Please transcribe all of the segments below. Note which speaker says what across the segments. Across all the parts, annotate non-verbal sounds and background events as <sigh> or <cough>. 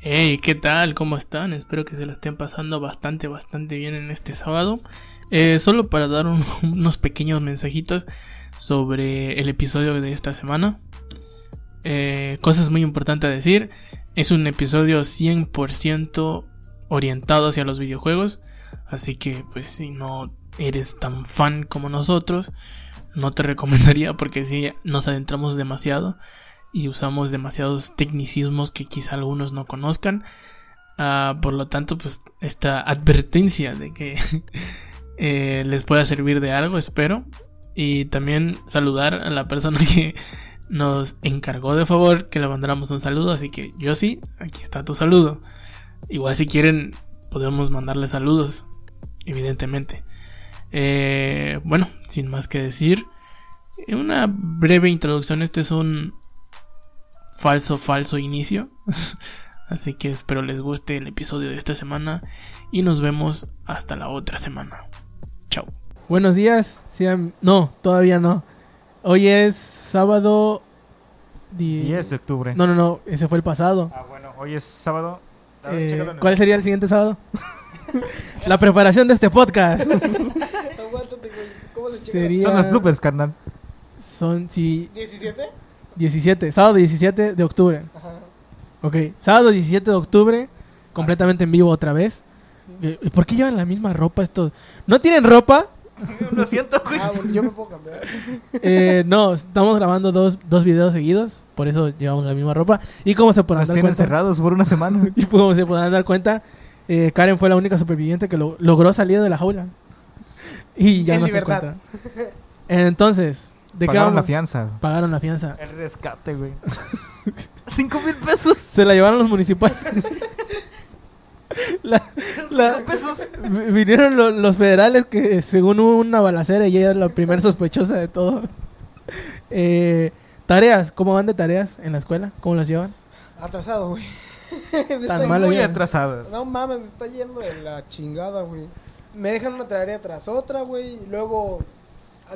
Speaker 1: Hey, ¿qué tal? ¿Cómo están? Espero que se la estén pasando bastante, bastante bien en este sábado. Eh, solo para dar un- <laughs> unos pequeños mensajitos sobre el episodio de esta semana. Eh, cosas muy importantes a decir. Es un episodio 100% orientado hacia los videojuegos. Así que, pues, si no eres tan fan como nosotros, no te <laughs> recomendaría porque si nos adentramos demasiado y usamos demasiados tecnicismos que quizá algunos no conozcan. Ah, por lo tanto, pues esta advertencia de que <laughs> eh, les pueda servir de algo, espero. Y también saludar a la persona que nos encargó de favor que le mandáramos un saludo. Así que yo sí, aquí está tu saludo. Igual si quieren, podemos mandarle saludos, evidentemente. Eh, bueno, sin más que decir, una breve introducción. Este es un falso, falso inicio. <laughs> Así que espero les guste el episodio de esta semana y nos vemos hasta la otra semana. Chao.
Speaker 2: Buenos días, sean- no, todavía no. Hoy es sábado 10.
Speaker 3: 10 de octubre.
Speaker 2: No, no, no, ese fue el pasado.
Speaker 3: Ah, bueno, hoy es sábado. A ver,
Speaker 2: Eh,
Speaker 3: chécalo en el-
Speaker 2: ¿Cuál sería el siguiente sábado? <laughs> La preparación de este podcast.
Speaker 4: Aguántate, güey. ¿Cómo se checa?
Speaker 2: sería,
Speaker 3: Son los bloopers, carnal.
Speaker 2: Son, sí,
Speaker 4: ¿17?
Speaker 2: 17, sábado 17 de octubre.
Speaker 4: Ajá.
Speaker 2: Ok, sábado 17 de octubre,
Speaker 4: Ah,
Speaker 2: completamente en vivo otra vez. Eh, ¿Y por qué llevan la misma ropa estos? ¿No tienen ropa?
Speaker 3: Lo siento,
Speaker 4: Ah, bueno, yo me puedo cambiar. <laughs>
Speaker 2: Eh, no, estamos grabando dos, dos videos seguidos, por eso llevamos la misma ropa. Y como se podrán
Speaker 3: Nos
Speaker 2: dar
Speaker 3: tienen
Speaker 2: cuenta,
Speaker 3: cerrados por una semana.
Speaker 2: <laughs> y como se podrán dar cuenta, eh, Karen fue la única superviviente que lo- logró salir de la jaula. Y ya
Speaker 4: En
Speaker 2: no
Speaker 4: libertad.
Speaker 2: se encuentra. Entonces, ¿de qué
Speaker 3: Pagaron la
Speaker 2: vamos?
Speaker 3: fianza.
Speaker 2: Pagaron la fianza.
Speaker 3: El rescate, güey. <laughs> Cinco mil pesos.
Speaker 2: Se la llevaron los municipales. La- la-
Speaker 3: pesos.
Speaker 2: vi- vinieron lo- los federales que según hubo una balacera y ella era la primera sospechosa de todo. Eh, tareas, ¿cómo van de tareas en la escuela? ¿Cómo las llevan?
Speaker 4: Atrasado, güey. <laughs> Me
Speaker 2: Tan
Speaker 4: está-
Speaker 2: malo
Speaker 3: Muy
Speaker 2: ya.
Speaker 3: atrasadas.
Speaker 4: No mames, me está yendo de la chingada, güey. Me dejan una tarea tras otra, güey. y Luego,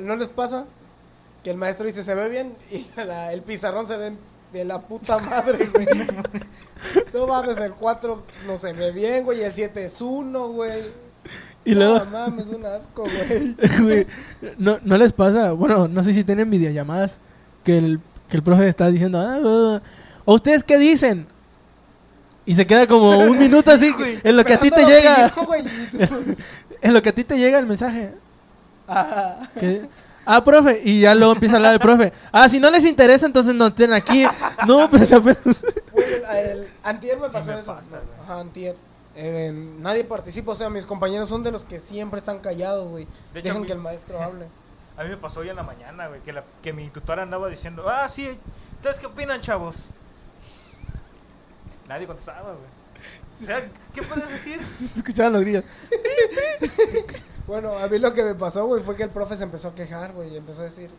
Speaker 4: ¿no les pasa? Que el maestro dice, se ve bien. Y <laughs> la- el pizarrón se ve de la puta madre, <laughs> güey. No mames, el 4 no se ve bien, güey. El 7 es 1, güey.
Speaker 2: Y luego,
Speaker 4: No mames, un asco, güey.
Speaker 2: Güey, no, no les pasa, bueno, no sé si tienen videollamadas que el, que el profe está diciendo, "Ah, ah, ah, ¿o ustedes qué dicen? Y se queda como un minuto así, en <laughs> lo que a ti te
Speaker 4: Esperando la
Speaker 2: llega,
Speaker 4: opinión,
Speaker 2: <laughs>
Speaker 4: güey.
Speaker 2: en lo que a ti te llega el mensaje.
Speaker 4: Ajá.
Speaker 2: que, ah, profe, y ya luego empieza a hablar el profe. Ah, si no les interesa, entonces no estén aquí. No, pues apenas... <laughs>
Speaker 4: Güey, el, el- antier me pasó eso.
Speaker 3: pasa,
Speaker 4: güey.
Speaker 3: güey.
Speaker 4: Ajá, antier. Eh, nadie participa, o sea, mis compañeros son de los que siempre están callados, güey.
Speaker 3: De hecho,
Speaker 4: Dejan
Speaker 3: mi-
Speaker 4: que el maestro hable.
Speaker 3: A mí me pasó hoy en la mañana, güey, que, la- que mi tutora andaba diciendo, ah, sí, ¿ustedes qué opinan, chavos? Nadie contestaba, güey. O sea, ¿qué puedes decir?
Speaker 2: se escuchaban los grillos.
Speaker 4: Bueno, a mí lo que me pasó, güey, fue que el profe se empezó a quejar, güey, y empezó a decir,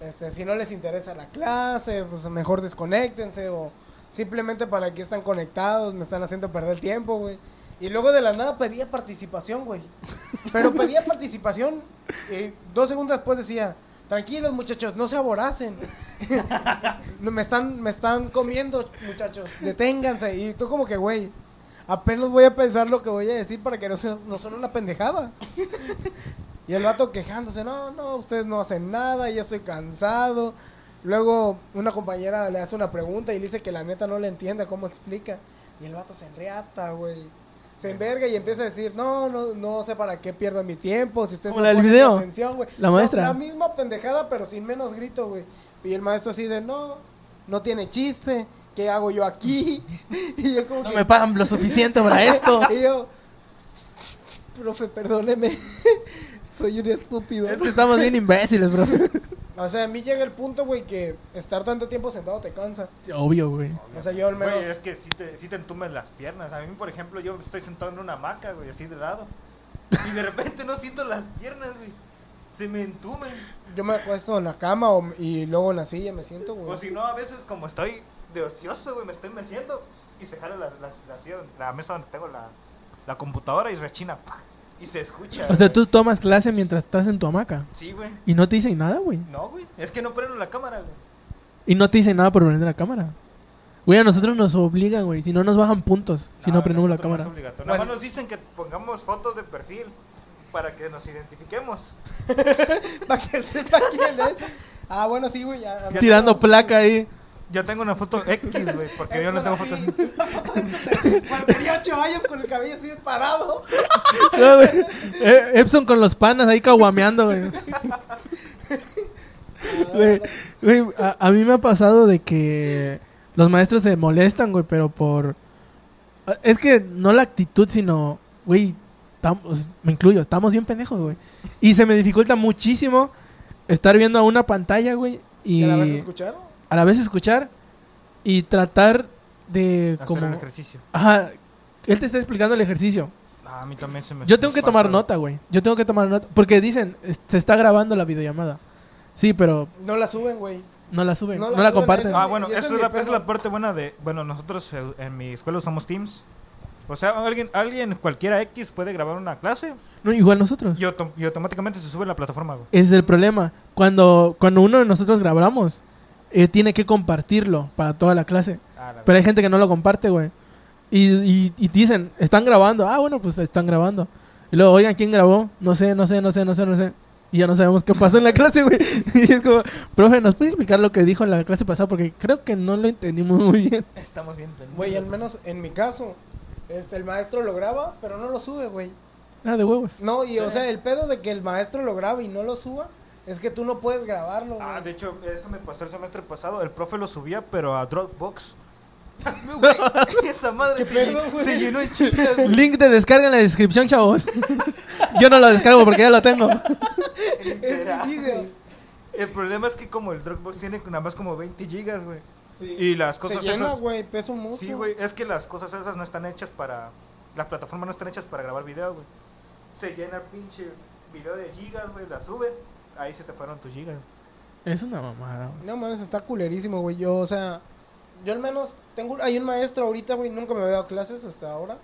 Speaker 4: este, si no les interesa la clase, pues mejor desconéctense o simplemente para que están conectados, me están haciendo perder tiempo, güey. Y luego de la nada pedía
Speaker 3: <laughs>
Speaker 4: participación, güey. Pero pedía participación y dos segundos después decía, tranquilos muchachos, no se aboracen. No, me, están, me están comiendo, muchachos, deténganse. Y tú como que, güey, apenas voy a pensar lo que voy a decir para que no, se, no suene
Speaker 2: <laughs>
Speaker 4: una pendejada. Y el vato quejándose, no, no, ustedes no hacen nada, ya estoy cansado. Luego una compañera le hace una pregunta y le dice que la neta no le entiende cómo explica. Y el vato se enreata, güey. Se enverga y empieza a decir, no, no, no sé para qué pierdo mi tiempo, si ustedes
Speaker 2: Como
Speaker 4: no
Speaker 2: la del
Speaker 4: ponen
Speaker 2: video,
Speaker 4: atención, güey.
Speaker 2: la
Speaker 4: No,
Speaker 2: maestra.
Speaker 4: la misma pendejada, pero sin menos grito, güey. Y el maestro así de, no, no tiene chiste, ¿qué hago yo aquí? <laughs> y yo como
Speaker 2: No
Speaker 4: que-
Speaker 2: me pagan lo suficiente para esto.
Speaker 4: <laughs> y yo, profe, perdóneme. <laughs> Soy un estúpido.
Speaker 2: Es que estamos bien imbéciles, profe.
Speaker 4: O sea, a mí llega el punto, güey, que estar tanto tiempo sentado te cansa.
Speaker 2: Obvio, güey.
Speaker 4: O sea, yo al menos.
Speaker 3: Güey, es que sí te, sí te entumes las piernas. A mí, por ejemplo, yo estoy sentado en una hamaca, güey, así de lado. Y de repente no siento las piernas, güey. Se me entumen.
Speaker 4: Yo me acuesto en la cama o- y luego en la silla me siento,
Speaker 3: O
Speaker 4: güey.
Speaker 3: si no, a veces como estoy de ocioso, güey, me estoy meciendo. Y se jala la, la, la silla donde- la mesa donde tengo la, la computadora y rechina. ¡pa! Y se escucha.
Speaker 2: O sea,
Speaker 3: güey.
Speaker 2: tú tomas clase mientras estás en tu hamaca.
Speaker 3: Sí, güey.
Speaker 2: Y no te dicen nada, güey.
Speaker 3: No, güey. Es que no prendo la cámara, güey.
Speaker 2: Y no te dicen nada por prender la cámara. Güey, a nosotros nos obligan, güey. Si no, nos bajan puntos. Si no,
Speaker 3: Ah,
Speaker 2: prendemos la
Speaker 3: nosotros no es
Speaker 2: cámara.
Speaker 3: obligatorio. Nada
Speaker 4: Bueno.
Speaker 3: más nos dicen que pongamos fotos de perfil para que nos identifiquemos.
Speaker 4: <laughs> Para que sepa quién es. Ah, bueno, sí, güey. ya-
Speaker 3: Ya
Speaker 2: Tirando placa ahí.
Speaker 3: Yo tengo una foto X, güey, porque yo no tengo
Speaker 4: Edson
Speaker 3: fotos.
Speaker 4: así, <laughs> Cuando tenía ocho años con el cabello así disparado.
Speaker 2: No, güey. Eh, Epson con los panas ahí caguameando, güey. Güey, güey, a, a mí me ha pasado de que los maestros se molestan, güey, pero por... ah, Es que no la actitud, sino, güey, estamos- me incluyo, estamos bien pendejos, güey. Y se me dificulta muchísimo estar viendo a una pantalla, güey, y
Speaker 4: ¿Ya la vas a escuchar?
Speaker 2: a la vez escuchar y tratar de
Speaker 3: Hacer el
Speaker 2: como...
Speaker 3: ejercicio.
Speaker 2: Ajá, él te está explicando el ejercicio.
Speaker 3: Ah, a mí también se me
Speaker 2: Yo tengo que tomar
Speaker 3: pasa.
Speaker 2: nota, güey. Yo tengo que tomar nota. Porque dicen, es- se está grabando la videollamada. Sí, pero
Speaker 4: No la suben, güey.
Speaker 2: no la suben, no
Speaker 4: No
Speaker 2: la,
Speaker 4: la suben,
Speaker 2: comparten.
Speaker 4: eso-
Speaker 3: Ah, bueno,
Speaker 4: Y eso
Speaker 3: esa
Speaker 4: es
Speaker 3: es
Speaker 4: mi
Speaker 3: la, esa es
Speaker 4: pedo.
Speaker 3: la parte buena de... Bueno, nosotros eh, en mi escuela usamos Teams. O sea, alguien, alguien cualquiera X puede grabar una clase
Speaker 2: No, igual nosotros.
Speaker 3: y, autom- y automáticamente se sube a la plataforma, güey.
Speaker 2: Ese es el problema. Cuando, cuando uno de nosotros grabamos, eh, tiene que compartirlo para toda la clase.
Speaker 3: Ah, la
Speaker 2: Pero hay gente que no lo comparte, güey. Y, y- y dicen, están grabando. Ah, bueno, pues están grabando. Y luego, oigan, ¿quién grabó? No sé, no sé, no sé, no sé, no sé. Y ya no sabemos qué pasó en la <laughs> clase, güey. Y es como, profe, ¿nos puede explicar lo que dijo en la clase pasada? Porque creo que no lo entendimos muy bien.
Speaker 3: verdad. Estamos bien. pendientes.
Speaker 4: Güey, al menos en mi caso, este, el maestro lo graba, pero no lo sube, güey.
Speaker 2: Ah, de huevos.
Speaker 4: No, y o sea, el pedo de que el maestro lo grabe y no lo suba, es que tú no puedes grabarlo, güey.
Speaker 3: Ah, de hecho, eso me pasó el semestre pasado. El profe lo subía, pero a <laughs> Dropbox. Esa madre
Speaker 4: ¿Qué
Speaker 3: se,
Speaker 4: pedo,
Speaker 3: llen-
Speaker 4: güey?
Speaker 3: se llenó en chingas, güey.
Speaker 2: Link de descarga en la descripción, chavos. Yo no lo descargo porque ya lo tengo.
Speaker 4: es
Speaker 3: Literal.
Speaker 4: mi video.
Speaker 3: El problema es que como el Dropbox tiene nada más como 20 gigas, güey.
Speaker 4: Sí.
Speaker 3: Y las cosas
Speaker 4: Se llena,
Speaker 3: esas...
Speaker 4: güey, peso mucho.
Speaker 3: Sí, güey, es que las cosas esas no están hechas para... Las plataformas no están hechas para grabar video, güey. Se llena el pinche video de gigas, güey, la sube. Ahí se te fueron tus gigas.
Speaker 2: Es una mamada. güey.
Speaker 4: No mames, está culerísimo, güey. Yo, o sea, yo al menos tengo, hay un maestro ahorita, güey, nunca me había dado clases hasta ahora.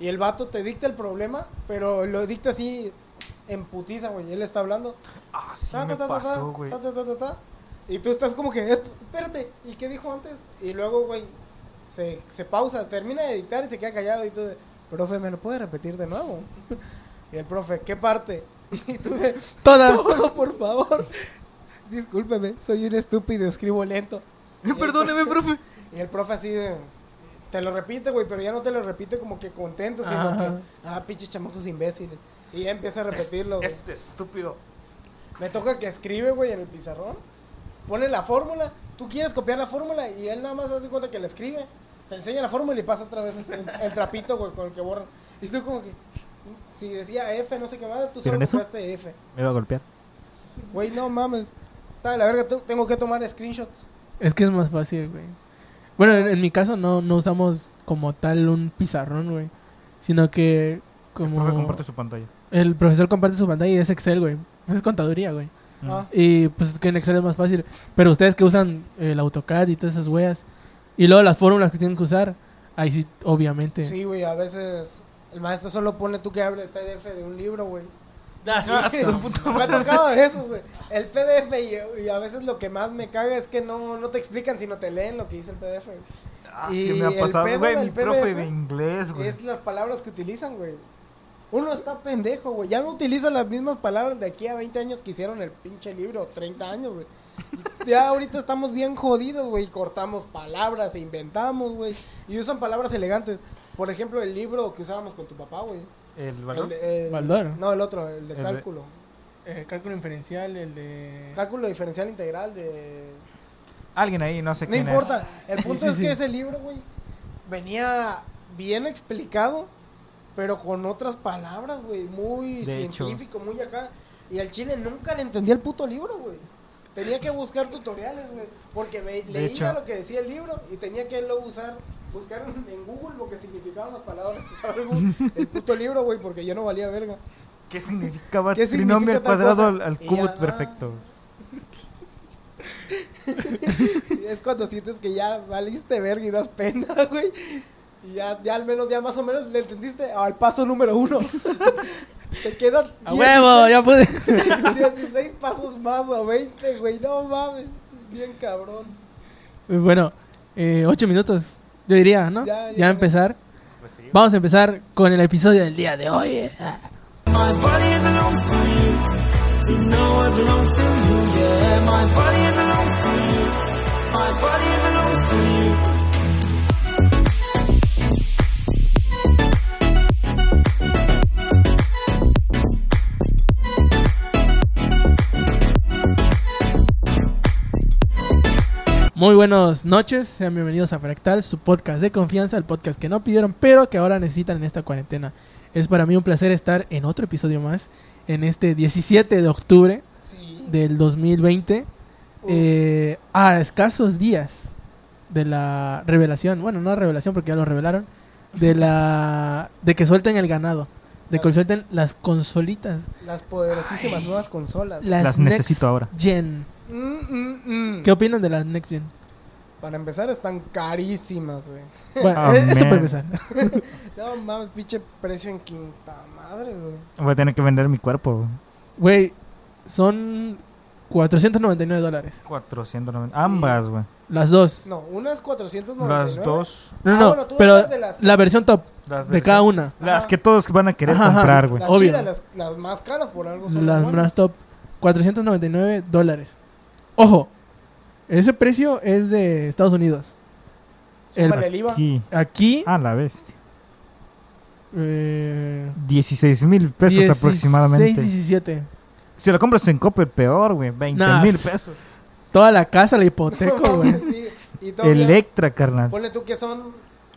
Speaker 4: Y el vato te dicta el problema, pero lo dicta así en putiza, güey. Él está hablando.
Speaker 3: Ah, sí
Speaker 4: ta,
Speaker 3: me
Speaker 4: ta, ta, ta,
Speaker 3: pasó, güey.
Speaker 4: ta, ta, ta, ta, ta. Y tú estás como que, "Esp- espérate, ¿y qué dijo antes? Y luego, güey, se, se pausa, termina de dictar y se queda callado. Y tú, de, profe, ¿me lo puedes repetir de nuevo? <laughs> y el profe, ¿qué parte?
Speaker 3: <laughs>
Speaker 4: y tú, de,
Speaker 2: Toda.
Speaker 4: todo, <laughs> por favor. Discúlpeme, soy un estúpido,
Speaker 3: <laughs>
Speaker 4: escribo lento.
Speaker 2: <laughs> Perdóneme, profe.
Speaker 4: Y el profe así de, te lo repite, güey, pero ya no te lo repite como que contento, sino
Speaker 2: Ajá.
Speaker 4: que, ah, pinches chamacos imbéciles. Y ya empieza a repetirlo, güey.
Speaker 3: Este estúpido.
Speaker 4: Me toca que escribe, güey, en el pizarrón. Pone la fórmula, tú quieres copiar la fórmula y él nada más hace cuenta que la escribe. Te enseña la fórmula y pasa otra vez el, el trapito, güey, con el que borra. Y tú como que, si decía F, no sé qué más, tú solo
Speaker 3: ¿Vieron eso?
Speaker 4: copiaste F.
Speaker 3: Me iba a golpear.
Speaker 4: Güey, no mames. Está de la verga, te- tengo que tomar screenshots.
Speaker 2: Es que es más fácil, güey. Bueno, en, en mi caso no, no usamos como tal un pizarrón, güey. Sino que
Speaker 3: El profe
Speaker 2: como
Speaker 3: comparte su pantalla.
Speaker 2: el profesor comparte su pantalla y es Excel, güey. Es contaduría, güey.
Speaker 3: Mm.
Speaker 4: Ah,
Speaker 2: Y pues es que en Excel es más fácil. Pero ustedes que usan el AutoCAD y todas esas weas. Y luego las fórmulas que tienen que usar. Ahí sí, obviamente.
Speaker 4: sí, güey, a veces el maestro solo pone tú que abre el PDF de un libro, güey.
Speaker 3: Ah,
Speaker 4: <laughs> Sí,
Speaker 3: su puta
Speaker 4: me ha tocado de esos, güey. El PDF y, y a veces lo que más me caga es que no, no te explican, sino te leen lo que dice el PDF. güey.
Speaker 3: Ah,
Speaker 4: Y
Speaker 3: sí me
Speaker 4: el
Speaker 3: ha pasado.
Speaker 4: pedo
Speaker 3: Güey,
Speaker 4: del
Speaker 3: mi profe
Speaker 4: PDF
Speaker 3: de inglés, güey.
Speaker 4: Es las palabras que utilizan, güey. Uno está pendejo, güey. Ya no utiliza las mismas palabras de aquí a 20 años que hicieron el pinche libro, 30 años, güey. Ya ahorita estamos bien jodidos, güey. Cortamos palabras e inventamos, güey. Y usan palabras elegantes. Por ejemplo, el libro que usábamos con tu papá, güey.
Speaker 3: El valor.
Speaker 4: El de- el-
Speaker 2: Baldor.
Speaker 4: No, el otro, el de
Speaker 3: El de-
Speaker 4: cálculo.
Speaker 2: eh, cálculo inferencial, el de...
Speaker 4: Cálculo diferencial integral de
Speaker 3: Alguien ahí, no sé
Speaker 4: No
Speaker 3: quién
Speaker 4: importa.
Speaker 3: <laughs>
Speaker 4: El punto
Speaker 2: sí,
Speaker 4: es
Speaker 2: sí.
Speaker 4: que ese libro, güey, venía bien explicado, pero con otras palabras, güey, muy
Speaker 3: De hecho.
Speaker 4: científico, muy acá. Y al chile nunca le entendía el puto libro, güey. Tenía que buscar tutoriales, güey, porque ve-
Speaker 3: De
Speaker 4: leía
Speaker 3: hecho.
Speaker 4: lo que decía el libro y tenía que luego usar, buscar en en Google lo que significaban las palabras que usaba el, gu- el puto libro, güey, porque yo no valía verga.
Speaker 3: es. ¿Qué significaba
Speaker 4: ¿Qué significa
Speaker 3: trinomio al
Speaker 4: tal
Speaker 3: cuadrado
Speaker 4: cosa?
Speaker 3: al, al
Speaker 4: Y
Speaker 3: cubo
Speaker 4: ya, ah.
Speaker 3: perfecto?
Speaker 4: <laughs> es cuando sientes que ya valiste verga y das pena, <laughs> güey. Y ya, ya al menos, ya más o menos le entendiste al paso número uno. <laughs> Te quedan
Speaker 2: ¡A huevo! Ya pude.
Speaker 4: <laughs> 16 pasos más o 20, güey. No mames. Bien cabrón.
Speaker 2: <laughs> Bueno, eh, ocho minutos, yo diría, ¿no?
Speaker 4: Ya, ya,
Speaker 2: ya
Speaker 4: ya.
Speaker 2: empezar.
Speaker 3: Pues sí.
Speaker 2: Vamos a empezar con el episodio del día de hoy. Ah.
Speaker 5: My body it belongs to you. You know it belongs to you. Yeah, my body it belongs to you. My body it belongs to you.
Speaker 2: Muy buenas noches, sean bienvenidos a Fractal, su podcast de confianza, el podcast que no pidieron, pero que ahora necesitan en esta cuarentena. Es para mí un placer estar en otro episodio más, en este 17 de octubre
Speaker 4: Sí.
Speaker 2: del 2020, eh, a escasos días de la revelación, bueno, no revelación porque ya lo revelaron, de
Speaker 4: <laughs>
Speaker 2: la de que suelten el ganado, de que
Speaker 4: Las-
Speaker 2: suelten las consolitas,
Speaker 4: Las poderosísimas
Speaker 2: Ay.
Speaker 4: nuevas consolas.
Speaker 2: las,
Speaker 3: Las
Speaker 2: next
Speaker 3: necesito ahora.
Speaker 2: gen.
Speaker 4: Mm, mm, mm.
Speaker 2: ¿Qué opinan de las next
Speaker 4: <laughs>
Speaker 2: gen?
Speaker 4: Para empezar, están carísimas, güey.
Speaker 2: Bueno,
Speaker 3: Ah,
Speaker 2: eh, esto
Speaker 3: man.
Speaker 2: puede empezar.
Speaker 4: No mames, pinche precio en quinta madre, güey.
Speaker 3: Voy a tener que vender mi cuerpo.
Speaker 2: Güey, son 499 dólares.
Speaker 3: 490. Ambas, güey.
Speaker 2: Las dos.
Speaker 4: No, unas 499.
Speaker 3: Las dos.
Speaker 2: No,
Speaker 4: Ah,
Speaker 2: no,
Speaker 4: bueno, tú
Speaker 2: pero
Speaker 4: hablas de las-
Speaker 2: la versión top
Speaker 3: Las
Speaker 2: de cada una.
Speaker 3: Las que todos van a querer
Speaker 2: Ajá, ajá.
Speaker 3: comprar, güey.
Speaker 4: Las
Speaker 2: Obvio.
Speaker 4: chidas, las, las más caras por algo son
Speaker 2: Las
Speaker 4: buenas.
Speaker 2: más top. 499 dólares. Ojo, ese precio es de Estados Unidos. el-
Speaker 4: Súmale el IVA.
Speaker 3: Aquí.
Speaker 4: Ah.
Speaker 2: Aquí,
Speaker 3: A la bestia.
Speaker 2: eh,
Speaker 3: 16 mil pesos
Speaker 2: 16,
Speaker 3: aproximadamente.
Speaker 2: 17.
Speaker 3: Si lo compras en Coppel, peor, güey. 20
Speaker 2: Nah,
Speaker 3: mil
Speaker 2: pff,
Speaker 3: pesos.
Speaker 2: Toda la casa la
Speaker 4: No <laughs>
Speaker 2: hipoteca,
Speaker 4: mames,
Speaker 2: güey.
Speaker 4: sí. Y todavía,
Speaker 3: Electra, carnal.
Speaker 4: ponle tú que son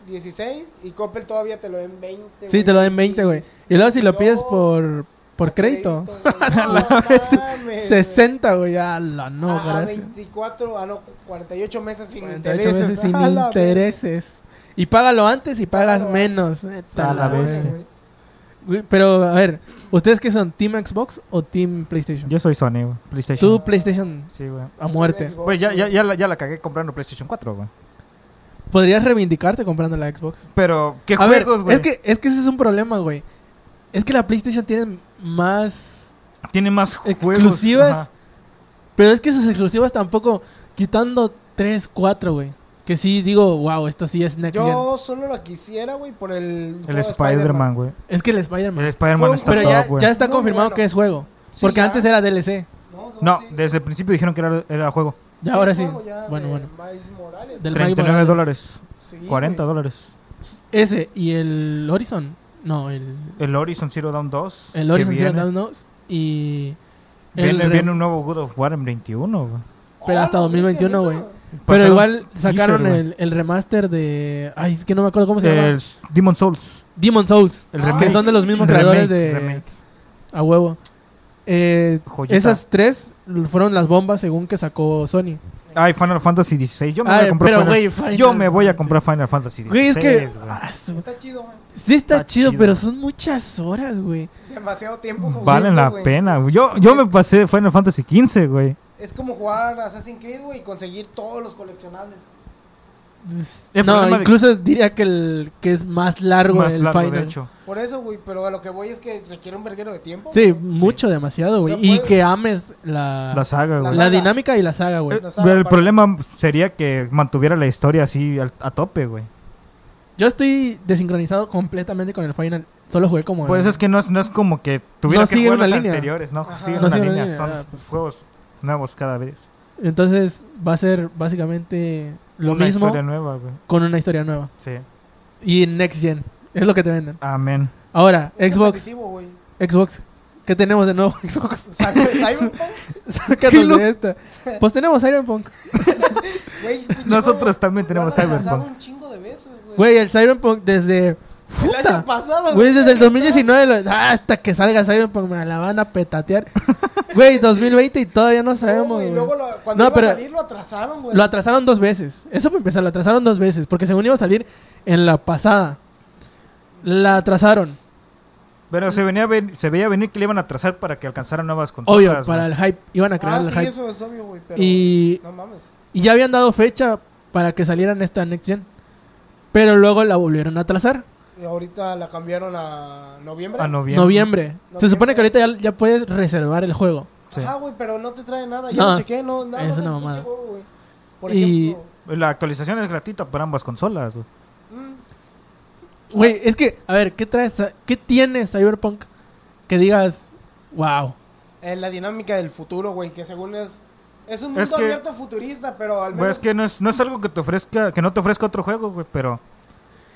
Speaker 4: 16 y Coppel todavía te lo den 20.
Speaker 2: Sí, te lo den 20, güey. Y luego si lo pides
Speaker 4: Dios,
Speaker 2: por, por crédito, <laughs>
Speaker 4: güey. No mames,
Speaker 2: 60, güey. A la no,
Speaker 4: güey. a, a
Speaker 2: gracias.
Speaker 4: 24, a no, 48 meses Ah, sin
Speaker 2: 48
Speaker 4: intereses.
Speaker 2: veces sin
Speaker 4: <laughs> A la
Speaker 2: intereses. Y págalo antes y pagas
Speaker 4: Págalo
Speaker 2: menos.
Speaker 4: verga.
Speaker 2: Neta,
Speaker 3: A la
Speaker 2: güey.
Speaker 3: bestia.
Speaker 4: güey.
Speaker 2: Güey, Pero, a ver, ¿ustedes qué son? ¿Team Xbox o Team PlayStation?
Speaker 3: Yo soy Sony, güey. PlayStation.
Speaker 2: Tú, PlayStation,
Speaker 3: Sí, güey.
Speaker 2: a muerte.
Speaker 4: Xbox,
Speaker 3: Pues ya, ya,
Speaker 4: güey.
Speaker 3: ya, la, ya la cagué comprando PlayStation 4, güey.
Speaker 2: ¿Podrías reivindicarte comprando la Xbox?
Speaker 3: Pero, ¿qué
Speaker 2: A ver,
Speaker 3: juegos, güey?
Speaker 2: es que, es que ese es un problema, güey. Es que la PlayStation tiene más...
Speaker 3: Tiene más juegos.
Speaker 2: Exclusivas.
Speaker 3: ajá.
Speaker 2: Pero es que sus exclusivas tampoco... Quitando 3, 4, güey. Que sí digo, wow, esto sí es next gen.
Speaker 4: Yo solo la quisiera, güey, por el.
Speaker 3: El
Speaker 4: juego de
Speaker 3: Spider-Man, güey.
Speaker 2: Es que el
Speaker 3: El
Speaker 2: Spider-Man...
Speaker 3: Spider-Man
Speaker 4: Fue-
Speaker 3: está
Speaker 2: Pero
Speaker 3: top,
Speaker 2: ya,
Speaker 3: güey.
Speaker 2: ya está
Speaker 4: Muy
Speaker 2: confirmado
Speaker 4: bueno.
Speaker 2: que es juego.
Speaker 4: Sí,
Speaker 2: Porque
Speaker 4: ya.
Speaker 2: antes era DLC.
Speaker 4: No, no,
Speaker 3: No,
Speaker 4: sí.
Speaker 3: desde el principio dijeron que era, era juego.
Speaker 2: Ya ahora
Speaker 4: Es
Speaker 2: sí.
Speaker 4: juego ya
Speaker 2: Bueno,
Speaker 4: de
Speaker 2: bueno.
Speaker 4: Miles Morales.
Speaker 2: Del Mike
Speaker 3: 39
Speaker 2: Morales.
Speaker 3: dólares,
Speaker 4: Sí, güey.
Speaker 3: 40 dólares.
Speaker 2: Ese y el Horizon. No, el,
Speaker 3: El Horizon Zero Dawn 2.
Speaker 2: el
Speaker 3: que
Speaker 2: Horizon Zero
Speaker 3: viene.
Speaker 2: Dawn dos y. el
Speaker 3: Viene,
Speaker 2: re-
Speaker 3: viene un nuevo God of War en 21, güey.
Speaker 2: Pero hasta
Speaker 4: Hola,
Speaker 2: 2021,
Speaker 4: bestia,
Speaker 2: güey.
Speaker 4: neta.
Speaker 2: Pero
Speaker 3: Pasaron
Speaker 2: igual sacaron
Speaker 3: teaser,
Speaker 2: el, el remaster de. Ay, es que no me acuerdo cómo se
Speaker 3: güey.
Speaker 2: llama.
Speaker 3: El Demon Souls.
Speaker 2: Demon Souls.
Speaker 3: El
Speaker 4: Ah,
Speaker 2: Que
Speaker 3: remake.
Speaker 2: son de los mismos
Speaker 3: Remake,
Speaker 2: creadores de.
Speaker 3: remake.
Speaker 2: A huevo. Eh,
Speaker 3: Joyita.
Speaker 2: esas tres fueron las bombas según que sacó Sony.
Speaker 3: Ay, Final Fantasy 16. Yo me
Speaker 2: Ah,
Speaker 3: voy a comprar
Speaker 2: pero,
Speaker 3: Final-
Speaker 2: güey, Final
Speaker 3: Yo me voy a
Speaker 2: Fantasy.
Speaker 3: comprar Final Fantasy
Speaker 2: Güey, es
Speaker 3: 16.
Speaker 2: que.
Speaker 3: güey.
Speaker 2: ah, su-
Speaker 4: Está chido, güey.
Speaker 2: Sí, está,
Speaker 3: Está
Speaker 2: chido,
Speaker 3: chido.
Speaker 2: pero son muchas horas, güey.
Speaker 4: Demasiado tiempo. jugando,
Speaker 3: Valen la
Speaker 4: güey.
Speaker 3: pena. güey. Yo, yo me pasé Final Fantasy 15, güey.
Speaker 4: Es como jugar Assassin's Creed, güey, y conseguir todos los coleccionables.
Speaker 3: El problema
Speaker 2: no,
Speaker 3: de-
Speaker 2: incluso diría que, el, que es más largo
Speaker 3: Más
Speaker 2: el
Speaker 3: largo, de
Speaker 2: Final.
Speaker 3: hecho.
Speaker 4: Por eso, güey, pero a lo que voy es que requiere un verguero de tiempo.
Speaker 2: Sí,
Speaker 4: güey.
Speaker 2: mucho, demasiado, güey.
Speaker 4: O sea,
Speaker 2: y
Speaker 4: puede-
Speaker 2: que ames la,
Speaker 3: La
Speaker 2: la,
Speaker 3: saga, güey.
Speaker 4: La saga.
Speaker 2: dinámica y la saga, güey.
Speaker 3: Eh,
Speaker 4: La saga
Speaker 3: el
Speaker 4: ah, para-
Speaker 3: problema sería que mantuviera la historia así al- a tope, güey.
Speaker 2: Yo estoy desincronizado completamente con el final. Solo jugué como.
Speaker 3: Pues
Speaker 2: el-
Speaker 3: es que no es, no es como que tuviera
Speaker 2: No
Speaker 3: que
Speaker 2: sigue
Speaker 3: jugar
Speaker 2: una
Speaker 3: los
Speaker 2: línea.
Speaker 3: anteriores, ¿no?
Speaker 4: Ajá.
Speaker 3: Siguen
Speaker 2: No
Speaker 3: una
Speaker 2: sigue una
Speaker 3: línea,
Speaker 2: línea,
Speaker 3: son
Speaker 2: ah, pues.
Speaker 3: juegos nuevos cada vez.
Speaker 2: Entonces va a ser básicamente lo
Speaker 3: Una
Speaker 2: mismo
Speaker 3: historia nueva, güey.
Speaker 2: con una historia nueva.
Speaker 3: Sí.
Speaker 2: Y Next Gen. Es lo que te venden.
Speaker 4: <laughs>
Speaker 3: Amén.
Speaker 2: Ahora,
Speaker 4: Es
Speaker 2: Xbox.
Speaker 4: competitivo, güey.
Speaker 2: Xbox. ¿Qué tenemos de nuevo, <laughs> Xbox?
Speaker 4: O sea, Cyberpunk,
Speaker 2: Sácanos de esta. Pues tenemos Cyberpunk.
Speaker 4: güey. pinche
Speaker 3: Nosotros
Speaker 4: juego,
Speaker 3: también tenemos
Speaker 4: lo han lanzado
Speaker 3: Cyberpunk.
Speaker 4: un chingo de veces, güey.
Speaker 2: Güey, el Cyberpunk desde.
Speaker 4: El año
Speaker 2: Puta.
Speaker 4: pasado,
Speaker 2: Güey, desde el 2019 lo- ah, hasta que salga Cyberpunk me la van a
Speaker 4: <laughs>
Speaker 2: petatear. Güey, 2020 y todavía no
Speaker 4: No,
Speaker 2: sabemos.
Speaker 4: güey,
Speaker 2: güey.
Speaker 4: luego lo- cuando
Speaker 2: No,
Speaker 4: iba
Speaker 2: pero-
Speaker 4: a salir lo atrasaron, güey.
Speaker 2: Lo atrasaron dos veces. Eso para empezar, lo atrasaron dos veces. Porque según iba a salir en la pasada. La atrasaron.
Speaker 3: Pero se, venía a ven- se veía venir que le iban a trazar para que alcanzaran nuevas consolas.
Speaker 2: Obvio,
Speaker 3: güey.
Speaker 2: para el hype. Iban a crear
Speaker 4: Ah,
Speaker 2: el
Speaker 4: sí,
Speaker 2: hype.
Speaker 4: eso es obvio, güey, pero
Speaker 2: Y,
Speaker 4: no mames.
Speaker 2: y ya habían dado fecha para que salieran esta Next Gen. Pero luego la volvieron a atrasar.
Speaker 4: Y ahorita la cambiaron a noviembre.
Speaker 3: A noviembre.
Speaker 2: Noviembre. Se
Speaker 4: Noviembre.
Speaker 2: supone que ahorita ya, ya puedes reservar el juego.
Speaker 3: Sí.
Speaker 4: Ajá, güey, pero no te trae nada. Yo
Speaker 2: No,
Speaker 4: no chequé, no, nada.
Speaker 2: es
Speaker 4: más
Speaker 2: una
Speaker 4: el pinche
Speaker 2: mamada.
Speaker 4: juego, güey. Por
Speaker 2: y
Speaker 4: ejemplo,
Speaker 3: La actualización es gratuita para ambas consolas, güey.
Speaker 4: mm,
Speaker 2: Güey, es que, a ver, ¿qué traes? a- ¿Qué tiene Cyberpunk que digas, wow?
Speaker 4: Eh, la dinámica del futuro, güey, que según es... Es un mundo
Speaker 3: Es que-
Speaker 4: abierto futurista, pero al
Speaker 3: Güey,
Speaker 4: menos...
Speaker 3: Pues es que no es, no es algo que te ofrezca, que no te ofrezca otro juego, güey, pero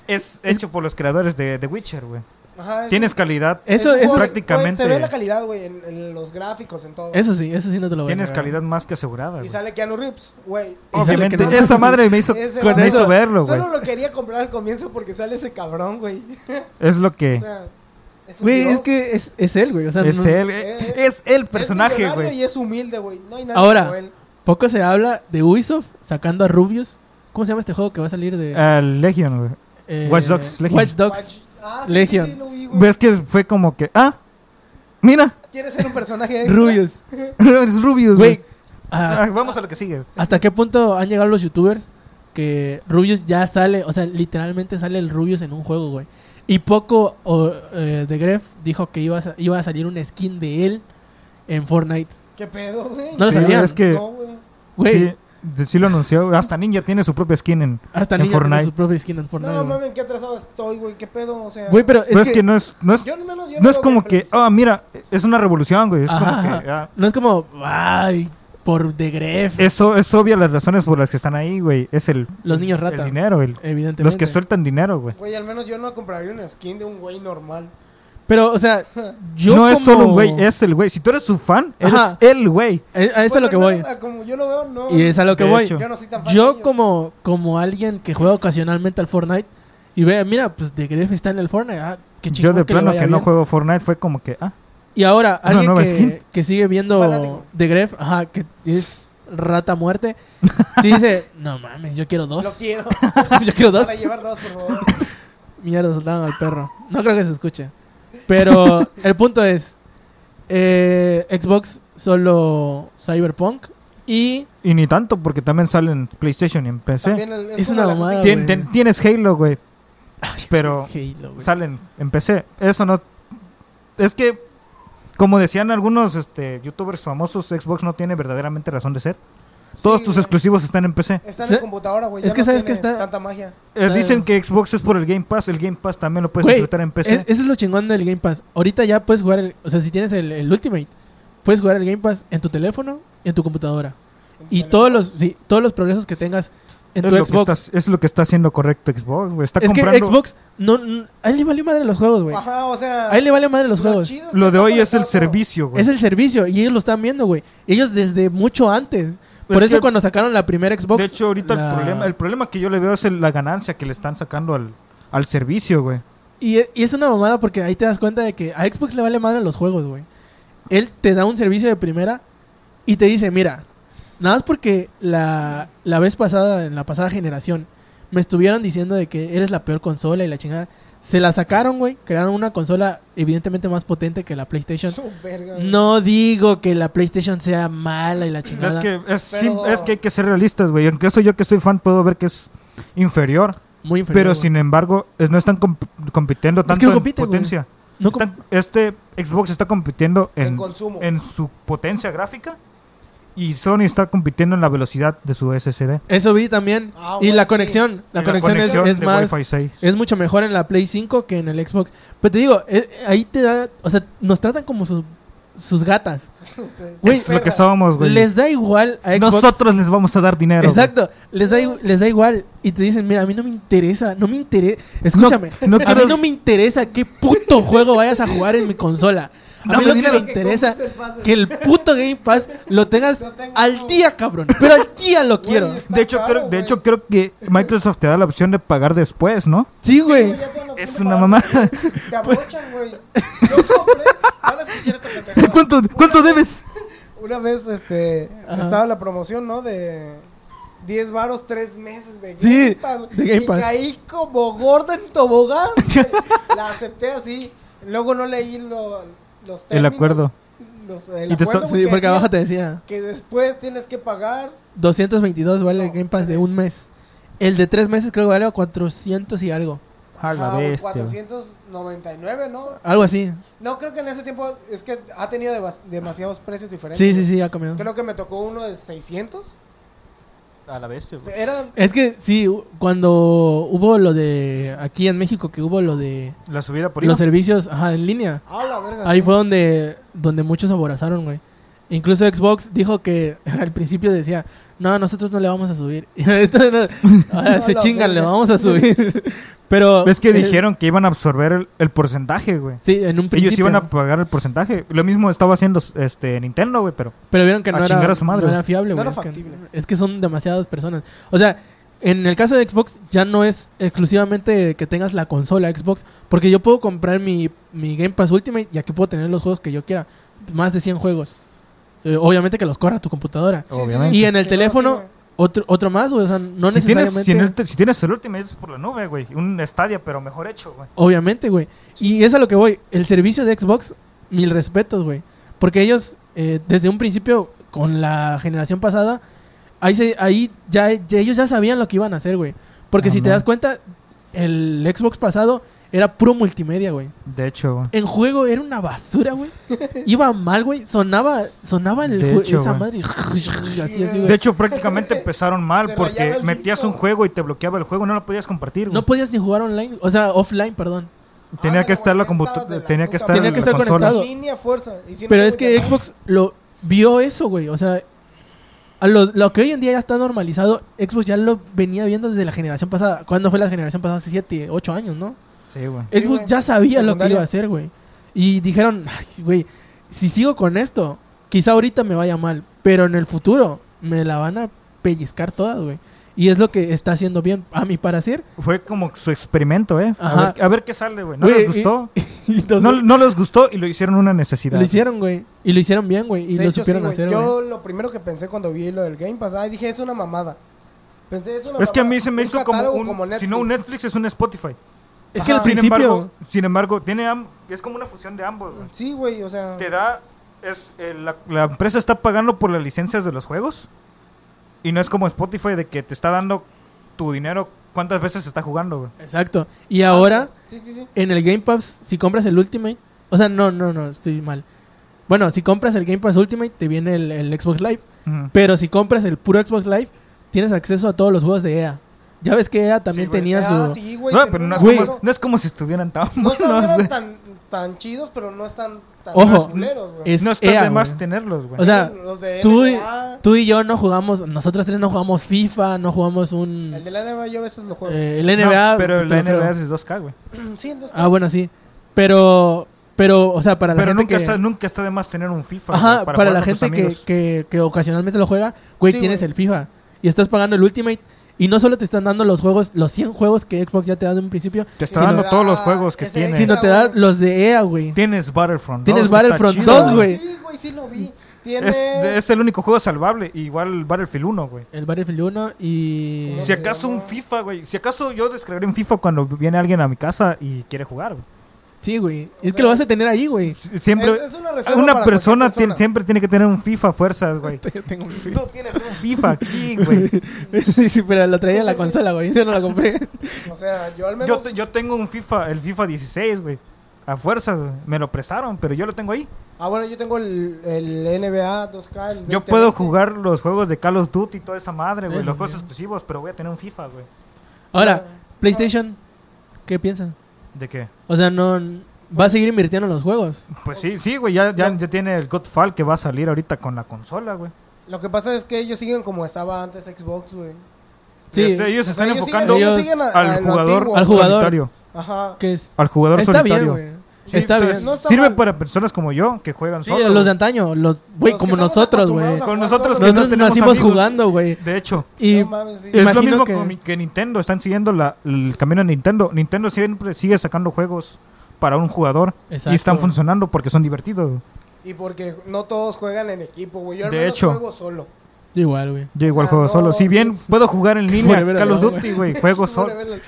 Speaker 3: es hecho por los creadores de The Witcher, güey.
Speaker 4: Ajá, es-
Speaker 3: Tienes calidad,
Speaker 2: Eso, eso,
Speaker 4: un juego-
Speaker 2: eso,
Speaker 3: prácticamente-
Speaker 4: güey, Se ve la calidad, güey, en, en los gráficos, en todo.
Speaker 2: sí, eso sí no te lo voy a
Speaker 3: tienes
Speaker 2: negar.
Speaker 3: calidad más que asegurada,
Speaker 4: Y
Speaker 3: güey.
Speaker 4: sale Keanu Reeves, güey.
Speaker 2: Y sale
Speaker 3: Obviamente,
Speaker 2: que no-
Speaker 3: esa madre me hizo,
Speaker 4: Ese
Speaker 3: me
Speaker 4: vato-
Speaker 3: hizo verlo, güey.
Speaker 4: Solo lo quería comprar al comienzo porque sale ese cabrón, güey.
Speaker 3: Es lo que
Speaker 4: O sea, es un
Speaker 2: Güey,
Speaker 4: dios.
Speaker 2: es que es, es él, güey. O sea,
Speaker 3: es
Speaker 2: no-
Speaker 3: él,
Speaker 4: Eh,
Speaker 3: es el
Speaker 4: Es
Speaker 3: personaje,
Speaker 4: millonario
Speaker 3: güey.
Speaker 4: Y es humilde, güey. No hay nada
Speaker 2: Ahora.
Speaker 4: como él.
Speaker 2: poco se habla de Ubisoft sacando a Rubius. ¿Cómo se llama este juego que va a salir de...?
Speaker 3: Al Legion, güey.
Speaker 2: eh,
Speaker 3: Ah, Watch Dogs Legion.
Speaker 2: Watch Dogs.
Speaker 4: Watch- Ah,
Speaker 2: Legion.
Speaker 4: lo vi, güey.
Speaker 3: Ves que fue como que, ah, mira, <laughs>
Speaker 4: Quiere ser un
Speaker 2: <laughs>
Speaker 4: personaje extra?
Speaker 2: Rubius.
Speaker 3: es Rubius,
Speaker 2: Güey,
Speaker 3: güey.
Speaker 2: ah,
Speaker 3: Ah, vamos a lo que sigue.
Speaker 2: ¿Hasta qué punto han llegado los youtubers que Rubius ya sale, o sea, literalmente sale el Rubius en un juego, güey? Y poco o, eh, de Gref dijo que iba a, sa- iba a salir un skin de él en Fortnite.
Speaker 4: ¿Qué pedo, güey?
Speaker 2: No lo
Speaker 3: Sí,
Speaker 2: sabían.
Speaker 3: es que
Speaker 4: No, güey.
Speaker 2: Güey,
Speaker 3: sí, de- sí lo anunció. güey. Hasta Ninja tiene su propia skin en...
Speaker 2: hasta
Speaker 3: en
Speaker 2: Ninja tiene
Speaker 3: Fortnite.
Speaker 2: su propia skin en Fortnite.
Speaker 4: No,
Speaker 2: güey.
Speaker 4: mames, qué atrasado estoy, güey. ¿Qué pedo? O sea...
Speaker 2: Güey, pero es
Speaker 3: Pero
Speaker 2: que,
Speaker 3: es que no es, no es
Speaker 4: yo al menos yo
Speaker 3: No es
Speaker 4: veo
Speaker 3: como que,
Speaker 4: gameplays.
Speaker 3: ah, mira, es una revolución, güey. Es
Speaker 2: Ajá.
Speaker 3: como que, ah,
Speaker 2: no es como, ay, por de Gref,
Speaker 3: eso es obvia las razones por las que están ahí, güey. Es el,
Speaker 2: los niños rata.
Speaker 3: el dinero, el-
Speaker 2: Evidentemente.
Speaker 3: los que sueltan dinero, güey.
Speaker 4: Güey, al menos yo no compraría una skin de un güey normal.
Speaker 2: Pero, o sea, yo
Speaker 3: no es
Speaker 2: como-
Speaker 3: solo un güey, es el güey. Si tú eres su fan, eres
Speaker 2: Ajá.
Speaker 3: el güey.
Speaker 2: Eh, A esto es
Speaker 4: Bueno,
Speaker 2: lo que
Speaker 4: al
Speaker 2: voy.
Speaker 4: menos a como yo lo veo, no.
Speaker 2: Y es a lo que
Speaker 3: De
Speaker 2: voy.
Speaker 3: hecho.
Speaker 4: Yo no soy tan fan de
Speaker 2: Yo
Speaker 4: ellos.
Speaker 2: como, como alguien que juega ocasionalmente al Fortnite y ve, mira, pues de Gref está en el Fortnite. Ah, qué
Speaker 3: Yo
Speaker 2: chingón
Speaker 3: de
Speaker 2: le
Speaker 3: plano que
Speaker 2: vaya
Speaker 3: no
Speaker 2: bien.
Speaker 3: juego Fortnite fue como que, ah,
Speaker 2: Y ahora,
Speaker 3: Una
Speaker 2: alguien
Speaker 3: nueva
Speaker 2: que,
Speaker 3: skin.
Speaker 2: que sigue viendo
Speaker 4: Fanático.
Speaker 2: de Gref, ajá, que es rata
Speaker 3: <laughs>
Speaker 2: muerte, sí dice, no mames, yo quiero <laughs>
Speaker 4: Lo
Speaker 2: dos.
Speaker 4: quiero.
Speaker 2: yo quiero dos.
Speaker 4: Para llevar dos,
Speaker 3: <laughs>
Speaker 4: por favor.
Speaker 2: Mierda, soltaron al perro. No creo que se escuche. Pero el punto es, eh, Xbox solo Cyberpunk y...
Speaker 3: y ni tanto porque también salen PlayStation y en PC.
Speaker 4: También el-
Speaker 2: Es
Speaker 4: como
Speaker 2: una
Speaker 4: la
Speaker 2: mamada,
Speaker 4: cosa-
Speaker 3: Tien-
Speaker 2: güey.
Speaker 3: ten- tienes Halo, güey. Pero
Speaker 2: Halo, güey.
Speaker 3: salen en PC. Eso no. Es que, como decían algunos este, youtubers famosos, Xbox no tiene verdaderamente razón de ser. Todos
Speaker 4: Sí,
Speaker 3: tus
Speaker 4: güey.
Speaker 3: exclusivos están en PC.
Speaker 4: Está en
Speaker 2: Se-
Speaker 4: la computadora, güey.
Speaker 2: es
Speaker 4: ya
Speaker 2: que
Speaker 4: no
Speaker 2: sabes que
Speaker 4: tiene
Speaker 2: está-
Speaker 4: Tanta magia.
Speaker 3: Eh,
Speaker 2: Claro.
Speaker 3: dicen que Xbox es por el Game Pass. El Game Pass también lo puedes
Speaker 2: Güey,
Speaker 3: disfrutar en PC.
Speaker 2: E- Eso es lo chingón del Game Pass. Ahorita ya puedes jugar, el, o sea, si tienes el, el Ultimate, puedes jugar el Game Pass en tu teléfono y en tu computadora. Y todos los, sí, todos los progresos que tengas en
Speaker 3: es,
Speaker 2: tu
Speaker 3: lo que
Speaker 2: Xbox.
Speaker 3: está, es lo que está haciendo correcto Xbox, güey. Está
Speaker 2: es que
Speaker 3: comprando.
Speaker 2: Xbox, no, n- a él le vale madre los juegos, güey.
Speaker 4: Ajá, o sea.
Speaker 2: A él le vale madre los
Speaker 4: lo
Speaker 2: juegos.
Speaker 4: chido que
Speaker 3: Lo de
Speaker 4: está
Speaker 3: hoy es el
Speaker 4: conectado todo.
Speaker 3: servicio, güey.
Speaker 2: Es el servicio y ellos lo están viendo, güey. Ellos desde mucho antes.
Speaker 3: Pues
Speaker 2: Por
Speaker 3: es
Speaker 2: eso
Speaker 3: que-
Speaker 2: cuando sacaron la primera Xbox.
Speaker 3: De hecho, ahorita
Speaker 2: la-
Speaker 3: el problema, el problema que yo le veo es el- la ganancia que le están sacando al, al servicio, güey.
Speaker 2: Y, e- y es una mamada porque ahí te das cuenta de que a Xbox le vale madre los juegos, güey. Él te da un servicio de primera y te dice, mira, nada más porque la, la vez pasada, en la pasada generación, me estuvieron diciendo de que eres la peor consola y la chingada. Se la sacaron, güey. Crearon una consola evidentemente más potente que la PlayStation.
Speaker 4: Su verga, güey.
Speaker 2: No digo que la PlayStation sea mala y la chingada.
Speaker 3: Es que, es, sim-
Speaker 4: Pero-
Speaker 3: es que hay que ser realistas, güey. Aunque eso yo que soy fan puedo ver que es inferior.
Speaker 2: Muy inferior.
Speaker 3: pero
Speaker 2: güey.
Speaker 3: sin embargo, es- no están comp- compitiendo
Speaker 2: que
Speaker 3: tanto
Speaker 2: no
Speaker 3: en
Speaker 2: compiten, güey.
Speaker 3: potencia.
Speaker 2: No com-
Speaker 3: Están- este Xbox está compitiendo
Speaker 4: En,
Speaker 3: en,
Speaker 4: consumo. <laughs>
Speaker 3: en su potencia gráfica y Sony está compitiendo en la velocidad de su SSD.
Speaker 2: Eso vi también.
Speaker 4: Ah,
Speaker 2: y
Speaker 4: güey,
Speaker 2: la
Speaker 4: sí.
Speaker 2: conexión. La,
Speaker 3: Y
Speaker 2: conexión, es- es,
Speaker 3: de
Speaker 2: más...
Speaker 3: Wi-Fi 6.
Speaker 2: Es mucho mejor en la Play 5 que en el Xbox. Pero te digo, eh, ahí te da. O sea, nos tratan como sus, sus gatas.
Speaker 4: Usted-
Speaker 2: güey,
Speaker 3: es lo que
Speaker 4: <laughs>
Speaker 3: estábamos, güey.
Speaker 2: Les da igual a Xbox.
Speaker 3: Nosotros les vamos a dar dinero.
Speaker 2: Exacto, les da, igu- les da igual. Y te dicen, mira, a mí no me interesa, no me interesa. Escúchame,
Speaker 3: no
Speaker 2: a mí
Speaker 3: quiero-
Speaker 2: no me interesa qué
Speaker 3: <laughs>
Speaker 2: puto juego vayas a jugar en mi consola. A mí
Speaker 3: Dame
Speaker 2: lo que
Speaker 3: dinero.
Speaker 2: me
Speaker 4: Que
Speaker 2: interesa
Speaker 4: compres el pase.
Speaker 2: que el puto Game Pass lo tengas
Speaker 4: Lo tengo.
Speaker 2: al día, cabrón. Pero al día lo
Speaker 4: Güey,
Speaker 2: quiero.
Speaker 3: güey.
Speaker 4: es-
Speaker 3: De hecho,
Speaker 4: Está
Speaker 3: creo,
Speaker 4: caro,
Speaker 3: de
Speaker 4: güey.
Speaker 3: hecho, creo que Microsoft te da la opción de pagar después, ¿no?
Speaker 2: Sí,
Speaker 4: Sí,
Speaker 2: güey.
Speaker 4: güey, ya te lo
Speaker 3: Es
Speaker 4: puse
Speaker 3: una
Speaker 4: para-
Speaker 3: mamá.
Speaker 4: Te aprovechan, güey. Yo compré. <laughs> Van a escuchar
Speaker 2: <laughs>
Speaker 4: esta pendejada.
Speaker 3: <laughs> ¿Cuánto, cuánto debes?
Speaker 4: Una vez este
Speaker 2: Ajá.
Speaker 4: estaba la promoción, ¿no? De 10 varos, 3 meses de Game
Speaker 2: Sí,
Speaker 4: Pass. güey.
Speaker 2: de Game
Speaker 4: y
Speaker 2: Pass.
Speaker 4: caí como gorda en
Speaker 2: <laughs>
Speaker 4: tobogán. güey. la acepté así. Luego no leí lo- los términos.
Speaker 3: El acuerdo.
Speaker 4: Los, el
Speaker 3: Y te
Speaker 4: acuerdo,
Speaker 3: está-
Speaker 4: güey,
Speaker 2: Sí,
Speaker 4: que
Speaker 2: porque
Speaker 4: decía
Speaker 2: abajo te decía.
Speaker 4: Que después tienes que pagar.
Speaker 2: 222 vale el
Speaker 4: No,
Speaker 2: Game Pass de
Speaker 4: tres.
Speaker 2: un mes. El de tres meses creo que vale 400 y algo.
Speaker 3: A la
Speaker 4: ah, güey,
Speaker 3: bestia.
Speaker 4: 499, ¿no?
Speaker 2: Algo así.
Speaker 4: No, creo que en ese tiempo es que ha tenido devas- demasiados precios diferentes.
Speaker 2: Sí, sí,
Speaker 4: güey.
Speaker 2: sí, ha cambiado.
Speaker 4: Creo que me tocó uno de 600.
Speaker 3: A la bestia,
Speaker 4: Sí,
Speaker 3: güey.
Speaker 4: Era
Speaker 2: Es que sí, u- cuando hubo lo de aquí en México, que hubo lo de
Speaker 3: La subida por IVA.
Speaker 2: los servicios ajá, en línea,
Speaker 4: a la verga.
Speaker 2: ahí fue donde, donde muchos aborazaron, güey. Incluso Xbox dijo que <laughs> al principio decía, no, nosotros no le vamos a subir. <laughs> Y ahorita no, ah, se
Speaker 4: A la
Speaker 2: chingan, le
Speaker 4: verga.
Speaker 2: vamos a subir. <laughs> Pero...
Speaker 3: ¿Ves que
Speaker 2: eh,
Speaker 3: dijeron que iban a absorber el, el porcentaje, güey?
Speaker 2: Sí, en un principio.
Speaker 3: Ellos iban a pagar el porcentaje. Lo mismo estaba haciendo este, Nintendo, güey, pero...
Speaker 2: Pero vieron que
Speaker 3: a
Speaker 2: no era,
Speaker 3: chingar a su madre,
Speaker 2: no
Speaker 3: güey.
Speaker 2: era fiable,
Speaker 4: No
Speaker 2: güey.
Speaker 4: era
Speaker 2: es que-
Speaker 4: factible.
Speaker 2: Es que son demasiadas personas. O sea, en el caso de Xbox ya no es exclusivamente que tengas la consola Xbox, porque yo puedo comprar mi, mi Game Pass Ultimate y aquí puedo tener los juegos que yo quiera. Más de 100 juegos. Eh, obviamente que los corra tu computadora.
Speaker 4: Sí, sí, sí.
Speaker 3: obviamente.
Speaker 2: Y en el
Speaker 4: Sí, no,
Speaker 2: teléfono,
Speaker 4: sí, güey.
Speaker 2: otro, otro más, güey. O sea, no
Speaker 3: si, tienes,
Speaker 2: necesariamente...
Speaker 3: si, en el, te- si tienes el Ultimate es por la nube, güey. Un Stadia, pero mejor hecho, güey.
Speaker 2: Obviamente, güey. Y es a lo que voy. El servicio de Xbox, mil respetos, güey. Porque ellos, eh, desde un principio, con la generación pasada, ahí, se- ahí ya, ya- ellos ya sabían lo que iban a hacer, güey. Porque si te
Speaker 3: Ajá.
Speaker 2: das cuenta, el Xbox pasado era puro multimedia, güey.
Speaker 3: De hecho, güey.
Speaker 2: En juego era una
Speaker 3: <laughs>
Speaker 2: basura, güey. Iba mal, güey. Sonaba, sonaba el
Speaker 3: De
Speaker 2: jue-
Speaker 3: hecho,
Speaker 2: esa
Speaker 3: güey.
Speaker 2: madre. <laughs> Así, así,
Speaker 3: De
Speaker 2: güey.
Speaker 3: hecho,
Speaker 4: <laughs>
Speaker 3: prácticamente empezaron mal
Speaker 4: Te
Speaker 3: porque
Speaker 4: rayaba el
Speaker 3: metías
Speaker 4: disco.
Speaker 3: un juego y te bloqueaba el juego. No lo podías compartir, güey.
Speaker 2: No podías ni jugar online, o sea, offline, perdón.
Speaker 3: tenía
Speaker 4: Ándale,
Speaker 3: que estar
Speaker 4: güey,
Speaker 3: la
Speaker 4: ahí está
Speaker 3: computadora...
Speaker 4: de la
Speaker 3: tenía que
Speaker 4: puta
Speaker 3: estar,
Speaker 2: Tenía
Speaker 3: en
Speaker 2: que
Speaker 3: la
Speaker 2: estar
Speaker 3: consola.
Speaker 2: conectado.
Speaker 4: Línea, fuerza. Y si no,
Speaker 2: Pero
Speaker 4: güey,
Speaker 2: es que
Speaker 4: te-
Speaker 2: Xbox lo vio eso, güey. O sea, a lo, lo que hoy en día ya está normalizado, Xbox ya lo venía viendo desde la generación pasada. ¿Cuándo fue la generación pasada? Hace 7, 8 años, ¿no?
Speaker 3: Sí, güey.
Speaker 4: Sí,
Speaker 2: Xbox
Speaker 4: güey.
Speaker 2: ya sabía lo que
Speaker 4: Secundaria.
Speaker 2: iba a hacer, güey. Y dijeron, "Ay, güey, si sigo con esto, quizá ahorita me vaya mal, pero en el futuro me la van a pellizcar todas, güey. Y es lo que está haciendo bien, a mi parecer.
Speaker 3: Fue como su experimento, ¿eh?
Speaker 2: Ajá.
Speaker 3: A ver, a ver qué sale, güey. ¿No
Speaker 2: Güey,
Speaker 3: les gustó?
Speaker 2: <laughs> Y
Speaker 3: No, no les gustó y lo hicieron una necesidad.
Speaker 2: lo hicieron, güey. Y lo hicieron bien, güey. Y
Speaker 4: De
Speaker 2: lo
Speaker 4: hecho,
Speaker 2: supieron
Speaker 4: sí, güey.
Speaker 2: hacer, güey.
Speaker 4: Yo lo primero que pensé cuando vi lo del Game Pass, ay, dije, es una mamada. Pensé, es una
Speaker 3: Es que a
Speaker 4: mamada".
Speaker 3: mí se me
Speaker 4: Un
Speaker 3: hizo como
Speaker 4: catálogo
Speaker 3: un... Si no un Netflix, es un Spotify.
Speaker 2: Es que
Speaker 4: Ajá.
Speaker 2: al
Speaker 3: Sin
Speaker 2: principio...
Speaker 3: embargo, sin embargo, tiene am- es como una fusión de ambos, güey.
Speaker 4: Sí, güey, o sea.
Speaker 3: Te da es eh, la, la empresa está pagando por las licencias de los juegos y no es como Spotify de que te está dando tu dinero cuántas veces está jugando, güey.
Speaker 2: Exacto. Y ahora,
Speaker 4: Sí, sí, sí.
Speaker 2: en el Game Pass, si compras el Ultimate. O sea, no, no, no, estoy mal. Bueno, si compras el Game Pass Ultimate, te viene el, el Xbox Live.
Speaker 3: Ujú.
Speaker 2: Pero si compras el puro Xbox Live, tienes acceso a todos los juegos de EA. Ya ves que EA también
Speaker 3: Sí, güey.
Speaker 2: tenía
Speaker 4: Ah,
Speaker 2: su.
Speaker 4: sí, güey.
Speaker 3: No,
Speaker 4: tenía
Speaker 3: pero no
Speaker 4: un
Speaker 3: es,
Speaker 2: Güey.
Speaker 3: <laughs> como, no es como si estuvieran tan <laughs>
Speaker 4: No
Speaker 3: buenos,
Speaker 4: estuvieron
Speaker 3: güey.
Speaker 4: tan, tan chidos, pero no están tan
Speaker 2: Ojo,
Speaker 4: culeros, güey.
Speaker 2: es
Speaker 3: No está
Speaker 2: EA,
Speaker 3: de más
Speaker 2: güey.
Speaker 3: tenerlos, güey.
Speaker 2: O sea,
Speaker 4: Los de
Speaker 2: tú, y-
Speaker 4: NBA,
Speaker 2: tú y yo no jugamos. Nosotros tres no jugamos FIFA, no jugamos un.
Speaker 4: El de la NBA yo a veces lo juego.
Speaker 2: eh, el
Speaker 3: No,
Speaker 2: NBA.
Speaker 3: pero
Speaker 2: te
Speaker 3: la
Speaker 2: lo creo.
Speaker 3: NBA es de 2K, güey.
Speaker 4: <clears throat> sí, entonces.
Speaker 2: Ah, bueno, sí. Pero. Pero, o sea, para la
Speaker 3: Pero
Speaker 2: gente
Speaker 3: nunca,
Speaker 2: que.
Speaker 3: está, nunca está de más tener un FIFA.
Speaker 2: Ajá,
Speaker 3: güey,
Speaker 2: para,
Speaker 3: jugar
Speaker 2: la
Speaker 3: con tus
Speaker 2: gente que,
Speaker 3: amigos.
Speaker 2: que, que ocasionalmente lo juega, güey,
Speaker 4: Sí,
Speaker 2: tienes
Speaker 4: güey.
Speaker 2: el FIFA y estás pagando el Ultimate. Y no solo te están dando los juegos, los 100 juegos que Xbox ya te da de un principio,
Speaker 3: Te está
Speaker 4: si
Speaker 3: dando
Speaker 4: no-
Speaker 3: todos
Speaker 2: ah,
Speaker 3: los juegos que
Speaker 4: ese
Speaker 3: tiene.
Speaker 4: extra-
Speaker 2: sino te da
Speaker 4: güey.
Speaker 2: los de EA, güey.
Speaker 3: Tienes Battlefront 2,
Speaker 2: Tienes
Speaker 3: que está
Speaker 2: Battlefront
Speaker 3: chido,
Speaker 2: 2,
Speaker 4: Ah,
Speaker 2: güey.
Speaker 4: Sí, güey, sí lo vi. Tiene.
Speaker 3: Es, es el único juego salvable. Igual Battlefield 1, güey.
Speaker 2: El Battlefield 1 y...
Speaker 4: ¿Cómo
Speaker 3: Si
Speaker 4: se
Speaker 3: acaso
Speaker 4: llama?
Speaker 3: un FIFA, güey. Si acaso yo descargaré un FIFA cuando viene alguien a mi casa y quiere jugar, güey.
Speaker 2: Sí, güey. Es que lo vas a tener ahí, güey. <laughs>
Speaker 3: Si- Siempre.
Speaker 4: es- es una reserva
Speaker 3: una
Speaker 4: para
Speaker 3: persona,
Speaker 4: cualquier
Speaker 3: tiene- siempre tiene que tener un FIFA a fuerzas,
Speaker 2: <laughs>
Speaker 3: güey.
Speaker 2: <laughs> Yo tengo mi FIFA.
Speaker 3: Tú tienes un FIFA aquí, güey.
Speaker 2: sí, sí, pero lo traía en la consola, güey. Yo no lo compré.
Speaker 4: O sea, yo al menos.
Speaker 3: Yo, te- yo tengo un FIFA, el FIFA 16, güey. A fuerzas, güey. Me lo prestaron, pero yo lo tengo ahí.
Speaker 4: Ah, bueno, yo tengo el, el NBA 2K. el
Speaker 3: Yo
Speaker 4: 2020.
Speaker 3: puedo jugar los juegos de Call of Duty y toda esa madre, güey.
Speaker 2: Eso
Speaker 3: Los
Speaker 2: sí.
Speaker 3: juegos exclusivos, pero voy a tener un FIFA, güey.
Speaker 2: Ahora, PlayStation, ¿qué piensan?
Speaker 3: ¿De
Speaker 4: <laughs>
Speaker 3: qué?
Speaker 2: O sea, no... Va a seguir invirtiendo en los juegos.
Speaker 3: Pues sí, sí, güey. Ya, ya, ya tiene el Godfall que va a salir ahorita con la consola, güey.
Speaker 4: Lo que pasa es que ellos siguen como estaba antes Xbox, güey.
Speaker 2: Sí.
Speaker 3: Ellos, ellos
Speaker 4: O sea,
Speaker 3: están
Speaker 4: ellos
Speaker 3: enfocando
Speaker 4: siguen- ellos
Speaker 2: Ellos-
Speaker 4: siguen a- a
Speaker 3: al
Speaker 4: lo
Speaker 3: jugador,
Speaker 4: antiguo.
Speaker 2: Al jugador.
Speaker 3: solitario.
Speaker 4: Ajá.
Speaker 2: Que es...
Speaker 3: Al jugador
Speaker 2: Está bien,
Speaker 3: solitario.
Speaker 2: güey.
Speaker 3: Sí, pues,
Speaker 2: Está
Speaker 3: o sea,
Speaker 2: bien.
Speaker 4: No está
Speaker 3: sirve
Speaker 4: mal.
Speaker 3: para personas como yo que juegan
Speaker 2: Sí,
Speaker 3: solo.
Speaker 2: los
Speaker 3: güey.
Speaker 2: de antaño, los güey
Speaker 4: Los
Speaker 2: como
Speaker 4: que estamos
Speaker 2: nosotros, güey.
Speaker 4: acostumbrados a
Speaker 3: Con
Speaker 4: jugar
Speaker 3: nosotros
Speaker 4: solo.
Speaker 3: que
Speaker 2: Nosotros
Speaker 3: no tenemos
Speaker 2: nacimos
Speaker 3: amigos.
Speaker 2: jugando, güey.
Speaker 3: De hecho,
Speaker 2: Y
Speaker 4: No mames, sí.
Speaker 2: Imagino
Speaker 3: es lo mismo
Speaker 2: que-
Speaker 3: con mi- que... Nintendo. Están siguiendo la- el camino de Nintendo. Nintendo siempre sigue sacando juegos para un jugador
Speaker 2: Exacto,
Speaker 3: y están
Speaker 2: güey.
Speaker 3: funcionando porque son divertidos. güey.
Speaker 4: Y porque no todos juegan en equipo, güey. Yo al
Speaker 3: De
Speaker 4: menos
Speaker 3: hecho.
Speaker 4: juego solo.
Speaker 2: Yo igual, güey.
Speaker 3: Yo
Speaker 4: O
Speaker 3: igual
Speaker 4: sea,
Speaker 3: juego
Speaker 4: no,
Speaker 3: solo. Si bien puedo jugar
Speaker 2: <laughs>
Speaker 3: en línea
Speaker 2: Forever
Speaker 3: Call of
Speaker 2: alone,
Speaker 3: Duty, güey,
Speaker 4: <laughs>
Speaker 3: juego, sol-
Speaker 4: Bueno, bueno,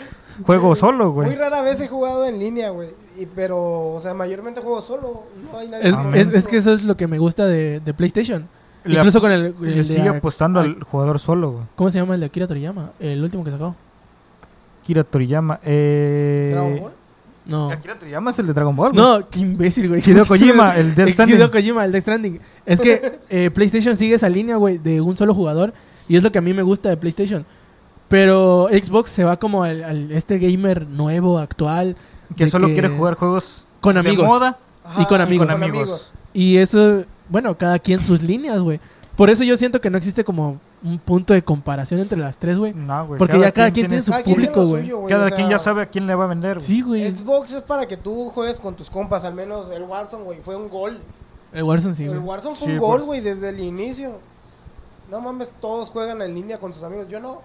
Speaker 3: juego solo,
Speaker 4: Muy
Speaker 3: güey.
Speaker 4: rara vez he jugado en línea, güey. Y- Pero, o sea, mayormente juego solo. No hay nadie
Speaker 2: Es,
Speaker 3: Amén.
Speaker 2: es, es que eso es lo que me gusta de, de PlayStation.
Speaker 3: Le
Speaker 2: Incluso con el.
Speaker 3: Le
Speaker 2: el de
Speaker 3: sigue
Speaker 2: a-
Speaker 3: apostando
Speaker 2: a-
Speaker 3: al jugador solo, güey.
Speaker 2: ¿Cómo se llama el de Akira Toriyama? El último que sacó.
Speaker 3: Kira Toriyama. Eh...
Speaker 4: Dragon Ball.
Speaker 2: No.
Speaker 3: Akira Toriyama es el de Dragon Ball, güey.
Speaker 2: No, qué imbécil, güey. <laughs>
Speaker 3: Hideo Kojima, el Death
Speaker 2: El
Speaker 3: Stranding.
Speaker 2: Hideo Kojima, el Death Stranding. Es que eh, PlayStation sigue esa línea, güey, de un solo jugador. Y es lo que a mí me gusta de PlayStation. Pero Xbox se va como al, al este gamer nuevo, actual.
Speaker 3: Que
Speaker 2: de
Speaker 3: solo quiere jugar juegos
Speaker 2: con
Speaker 3: de
Speaker 2: amigos.
Speaker 3: moda
Speaker 2: Y con amigos.
Speaker 3: con amigos.
Speaker 2: Y eso, bueno, cada quien sus líneas, güey. Por eso yo siento que no existe como un punto de comparación entre las tres, güey.
Speaker 3: No, güey,
Speaker 2: Porque ya cada quien tiene su
Speaker 4: Cada quien tiene
Speaker 2: público,
Speaker 4: lo
Speaker 2: güey.
Speaker 4: suyo, güey,
Speaker 3: Cada
Speaker 4: o sea,
Speaker 3: quien ya sabe a quién le va a vender. güey.
Speaker 2: Sí, güey.
Speaker 4: Xbox es para que tú juegues con tus compas, al menos el Warzone, güey, fue un gol.
Speaker 2: El Warzone sí,
Speaker 4: el
Speaker 2: güey.
Speaker 4: Warzone fue
Speaker 3: Sí, pues.
Speaker 4: un gol,
Speaker 3: por-
Speaker 4: güey, desde el inicio. No mames, todos juegan en línea con sus amigos. Yo no.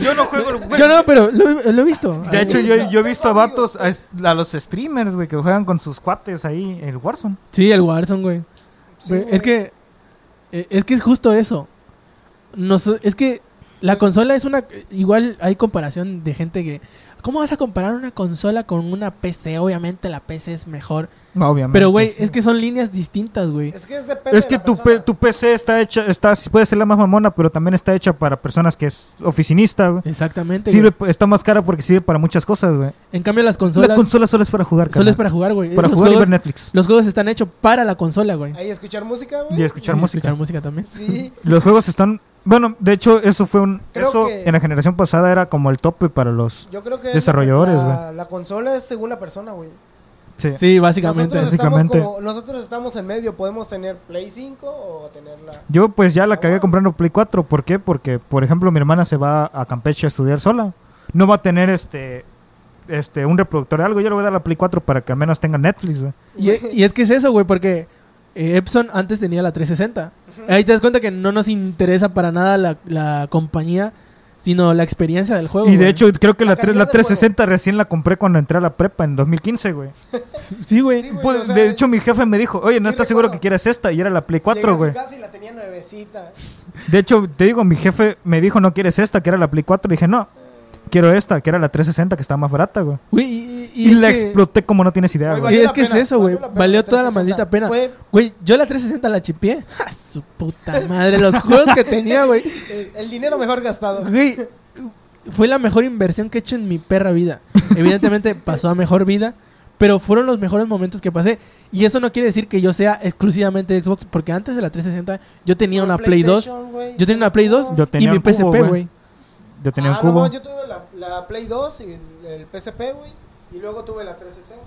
Speaker 3: Yo no juego. güey.
Speaker 2: Yo no, pero lo, he- lo he visto.
Speaker 3: De
Speaker 2: Ah,
Speaker 3: hecho,
Speaker 2: güey.
Speaker 3: yo, yo he visto a vatos, a, es- a los streamers, güey, que juegan con sus cuates ahí, el Warzone.
Speaker 2: Sí, el Warzone, güey.
Speaker 4: Sí,
Speaker 2: Güey,
Speaker 4: güey.
Speaker 2: es que eh, es que es justo eso. Nos, es que la consola es una igual hay comparación de gente que ¿Cómo vas a comparar una consola con una PC? Obviamente la PC es mejor,
Speaker 3: No, obviamente.
Speaker 2: pero güey,
Speaker 3: sí.
Speaker 2: es que son líneas distintas, güey.
Speaker 4: Es que es depende
Speaker 3: Es que
Speaker 4: de la
Speaker 3: tu,
Speaker 4: persona.
Speaker 3: pe- tu PC está hecha, está, puede ser la más mamona, pero también está hecha para personas que es oficinista, güey.
Speaker 2: Exactamente.
Speaker 3: Sirve,
Speaker 2: güey.
Speaker 3: está más cara porque sirve para muchas cosas, güey.
Speaker 2: En cambio las consolas
Speaker 3: La consola solo es para jugar,
Speaker 2: solo
Speaker 3: carnal.
Speaker 2: es para jugar, güey.
Speaker 3: para
Speaker 2: los,
Speaker 3: jugar y ver
Speaker 2: juegos,
Speaker 3: Netflix.
Speaker 2: los juegos están hechos para la consola, güey.
Speaker 4: Ahí escuchar música, güey.
Speaker 3: Y escuchar
Speaker 2: Y
Speaker 3: música.
Speaker 2: Escuchar música también.
Speaker 4: Sí.
Speaker 3: Los juegos están... Bueno, de hecho, eso fue un...
Speaker 4: Creo
Speaker 3: eso
Speaker 4: que-
Speaker 3: en la generación pasada era como el tope para los...
Speaker 4: Yo creo que es
Speaker 3: Desarrolladores,
Speaker 4: la- La,
Speaker 3: güey.
Speaker 4: la consola es según la persona, güey.
Speaker 3: Sí.
Speaker 2: Sí, básicamente.
Speaker 4: Nosotros estamos
Speaker 3: Básicamente.
Speaker 4: como- nosotros estamos en medio, podemos tener Play 5 o tener la
Speaker 3: Yo pues ya la cagué comprando Play 4. ¿Por qué? Porque, por ejemplo, mi hermana se va a Campeche a estudiar sola. No va a tener este... Este, un reproductor de algo, yo le voy a dar la Play 4 para que al menos tenga Netflix, güey.
Speaker 2: Y, y es que es eso, güey, porque eh, Epson antes tenía la 360. Ahí te das cuenta que no nos interesa para nada la, la compañía, sino la experiencia del juego.
Speaker 3: Y de
Speaker 2: güey.
Speaker 3: hecho, creo que
Speaker 4: La
Speaker 3: la, tres-
Speaker 4: calidad
Speaker 3: la
Speaker 4: del
Speaker 3: 360 recién la compré cuando entré a la prepa en 2015, güey.
Speaker 2: sí, güey.
Speaker 4: Sí, güey,
Speaker 3: Pues,
Speaker 4: o sea,
Speaker 3: de hecho, mi jefe me dijo, oye, ¿no
Speaker 4: sí,
Speaker 3: estás seguro que
Speaker 4: recuerdo.
Speaker 3: quieras esta? Y era la Play
Speaker 4: llegué a
Speaker 3: 4,
Speaker 4: su
Speaker 3: güey.
Speaker 4: casa y la tenía nuevecita.
Speaker 3: De hecho, te digo, mi jefe me dijo, no quieres esta, que era la Play 4. Le dije, no, quiero esta, que era la 360, que estaba más barata, güey.
Speaker 2: Güey, y, y-
Speaker 3: Y,
Speaker 2: y es
Speaker 3: la
Speaker 2: que-
Speaker 3: exploté como no tienes idea,
Speaker 4: Güey,
Speaker 3: güey.
Speaker 2: Y
Speaker 4: valió
Speaker 2: es
Speaker 4: la
Speaker 2: que es
Speaker 4: pena,
Speaker 2: eso, güey.
Speaker 4: valió la pena
Speaker 2: Valió
Speaker 4: la
Speaker 2: toda la
Speaker 4: 360.
Speaker 2: maldita pena.
Speaker 4: Fue-
Speaker 2: Güey, yo la 360 la chipié. <laughs> ¡Ja, su puta madre!
Speaker 4: <laughs>
Speaker 2: Los juegos que tenía, güey.
Speaker 4: El, el dinero mejor gastado.
Speaker 2: Güey, fue la mejor inversión que he hecho en mi perra vida.
Speaker 4: <laughs>
Speaker 2: Evidentemente pasó a mejor vida, pero fueron los mejores momentos que pasé. Y eso no quiere decir que yo sea exclusivamente de Xbox, porque antes de la 360 yo tenía una Play 2.
Speaker 4: PlayStation, güey.
Speaker 2: Yo tenía una Play 2
Speaker 3: Yo
Speaker 2: y
Speaker 3: tenía
Speaker 2: mi
Speaker 3: un cubo,
Speaker 2: PSP,
Speaker 3: güey.
Speaker 2: güey.
Speaker 3: Yo tenía
Speaker 4: ah,
Speaker 3: un
Speaker 4: no,
Speaker 3: cubo.
Speaker 4: no, yo tuve la, la Play 2 y el, el PSP, güey. Y luego tuve la 360.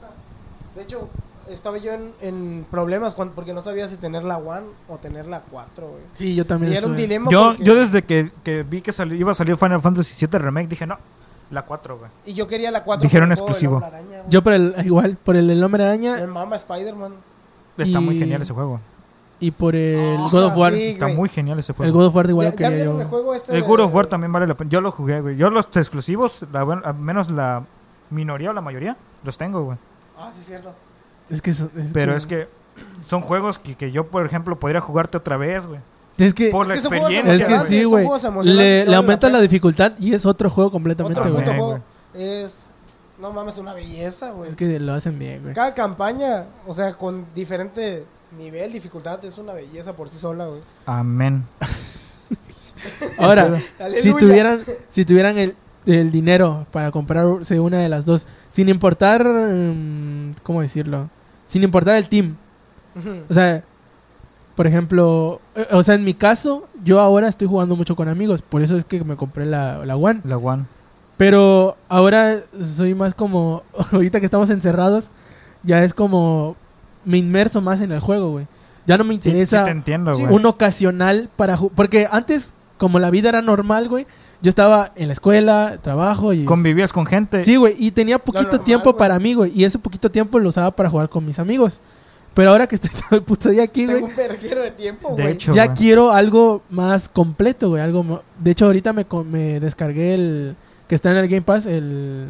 Speaker 4: De hecho, estaba yo en, en problemas cuando, porque no sabía si tener la One o tener la 4, güey.
Speaker 2: Sí, yo también.
Speaker 4: Y era un
Speaker 2: estuve.
Speaker 4: dilema.
Speaker 3: eh. Yo,
Speaker 4: porque-
Speaker 3: yo desde que, que vi que sali- iba a salir Final Fantasy VII Remake, dije, no, la 4, güey.
Speaker 4: Y yo quería la 4.
Speaker 3: Dijeron
Speaker 4: por el juego del
Speaker 3: exclusivo.
Speaker 4: Hombre Araña, güey.
Speaker 2: Yo por el, igual, por el del Hombre
Speaker 4: Me
Speaker 2: Araña
Speaker 4: mama Spider-Man.
Speaker 3: Está muy
Speaker 2: Y-
Speaker 3: genial ese juego.
Speaker 2: y por el
Speaker 4: Ah,
Speaker 2: God of War.
Speaker 4: sí.
Speaker 3: Está
Speaker 4: güey.
Speaker 3: muy genial ese
Speaker 2: El
Speaker 3: juego.
Speaker 2: God of War igual
Speaker 4: Ya-
Speaker 2: lo
Speaker 4: ya
Speaker 2: quería
Speaker 4: vieron
Speaker 2: yo.
Speaker 4: el juego este
Speaker 3: El
Speaker 4: de-
Speaker 3: God of War también vale la pena. Yo lo jugué, güey. Yo los exclusivos, la buen- al menos la minoría o la mayoría, los tengo, güey.
Speaker 4: Ah, sí, cierto.
Speaker 2: Es que, eso- es
Speaker 3: Pero es que son juegos que, que yo, por ejemplo, podría jugarte otra vez, güey.
Speaker 2: es que
Speaker 3: Por la
Speaker 4: Es que son juegos
Speaker 3: experiencia.
Speaker 2: es que
Speaker 3: güey.
Speaker 2: sí,
Speaker 4: son
Speaker 2: güey.
Speaker 4: juegos emocionantes
Speaker 2: Le,
Speaker 4: que valen
Speaker 2: le
Speaker 4: la
Speaker 2: aumenta
Speaker 4: pena.
Speaker 2: la dificultad y es otro juego completamente,
Speaker 4: Otro
Speaker 3: güey.
Speaker 4: puto
Speaker 3: También,
Speaker 4: juego es. No mames, una belleza, güey.
Speaker 2: Es que lo hacen bien, güey.
Speaker 4: Cada campaña, o sea, con diferente nivel, dificultad, es una belleza por sí sola, güey.
Speaker 3: Amén.
Speaker 2: <laughs> Ahora, si
Speaker 4: Aleluya.
Speaker 2: tuvieran, si tuvieran el, el dinero para comprarse una de las dos, sin importar, mm, ¿cómo decirlo? Sin importar el team.
Speaker 4: Ujú.
Speaker 2: O sea, por ejemplo, eh, o sea, en mi caso, yo ahora estoy jugando mucho con amigos, por eso es que me compré la, la One.
Speaker 3: La One.
Speaker 2: Pero ahora soy más como, <laughs> ahorita que estamos encerrados, ya es como, me inmerso más en el juego, güey. Ya no me
Speaker 3: Sí, sí
Speaker 2: interesa
Speaker 3: te entiendo, güey.
Speaker 2: un ocasional para ju- porque antes como la vida era normal, güey, yo estaba en la escuela, trabajo y
Speaker 3: Convivías con gente.
Speaker 2: Sí, güey, y tenía poquito
Speaker 4: normal,
Speaker 2: tiempo
Speaker 4: güey.
Speaker 2: para mí, güey, y ese poquito tiempo lo usaba para jugar con mis amigos. Pero ahora que estoy <laughs> todo el puto día aquí,
Speaker 4: Tengo
Speaker 2: güey,
Speaker 4: un verguero de tiempo,
Speaker 3: de
Speaker 4: güey.
Speaker 3: hecho,
Speaker 2: ya
Speaker 3: güey.
Speaker 2: quiero algo más completo, güey, algo mo- De hecho, ahorita me co- me descargué el que está en el Game Pass, el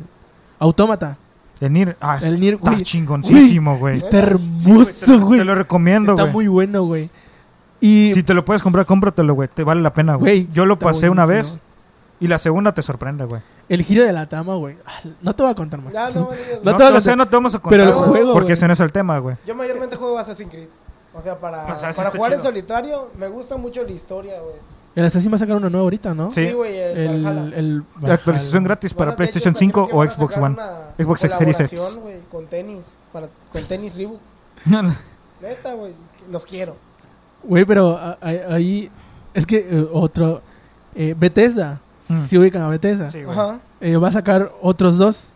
Speaker 2: Autómata.
Speaker 3: El Nier. Ah,
Speaker 2: El Nier,
Speaker 3: está
Speaker 2: güey.
Speaker 3: chingoncísimo, güey.
Speaker 2: Está hermoso, güey.
Speaker 3: Te lo recomiendo,
Speaker 2: Está
Speaker 3: güey.
Speaker 2: muy bueno, güey. Y
Speaker 3: Si te lo puedes comprar, cómpratelo, güey. Te vale la pena, güey.
Speaker 2: Güey,
Speaker 3: Yo lo
Speaker 2: está
Speaker 3: pasé una vez
Speaker 2: buenísimo.
Speaker 3: y la segunda te sorprende, güey.
Speaker 2: el giro de la trama, güey. ah, No te voy a contar más.
Speaker 4: Ya, no, digas,
Speaker 2: No
Speaker 3: No,
Speaker 2: te
Speaker 3: te,
Speaker 2: vas a-
Speaker 3: o sea, no te vamos a contar,
Speaker 2: pero el
Speaker 3: güey,
Speaker 2: juego,
Speaker 3: porque
Speaker 2: güey.
Speaker 3: ese no es el tema, güey.
Speaker 4: Yo mayormente juego Assassin's Creed. O sea, para,
Speaker 3: O sea, sí
Speaker 4: para
Speaker 3: está
Speaker 4: jugar en
Speaker 3: chido.
Speaker 4: solitario me gusta mucho la historia, güey.
Speaker 2: El Assassin va a sacar uno nuevo ahorita, ¿no?
Speaker 3: Sí.
Speaker 4: Sí, güey, el,
Speaker 2: El,
Speaker 4: Valhalla.
Speaker 2: el
Speaker 3: La actualización
Speaker 2: Valhalla.
Speaker 3: gratis
Speaker 4: Bueno,
Speaker 3: para
Speaker 4: de
Speaker 3: PlayStation
Speaker 4: hecho, creo
Speaker 3: 5
Speaker 4: que
Speaker 3: o
Speaker 4: van a
Speaker 3: Xbox
Speaker 4: sacar
Speaker 3: One.
Speaker 4: una
Speaker 3: Xbox Series X.
Speaker 4: colaboración, güey, con tenis, para, con tenis Reebok. Neta, güey, los quiero.
Speaker 2: Güey, pero a- a- ahí es que eh, otro eh, Bethesda,
Speaker 3: Mm.
Speaker 2: si ubican a
Speaker 3: <laughs>
Speaker 2: Bethesda,
Speaker 3: Sí, güey.
Speaker 4: Ajá.
Speaker 2: eh, va a sacar otros dos.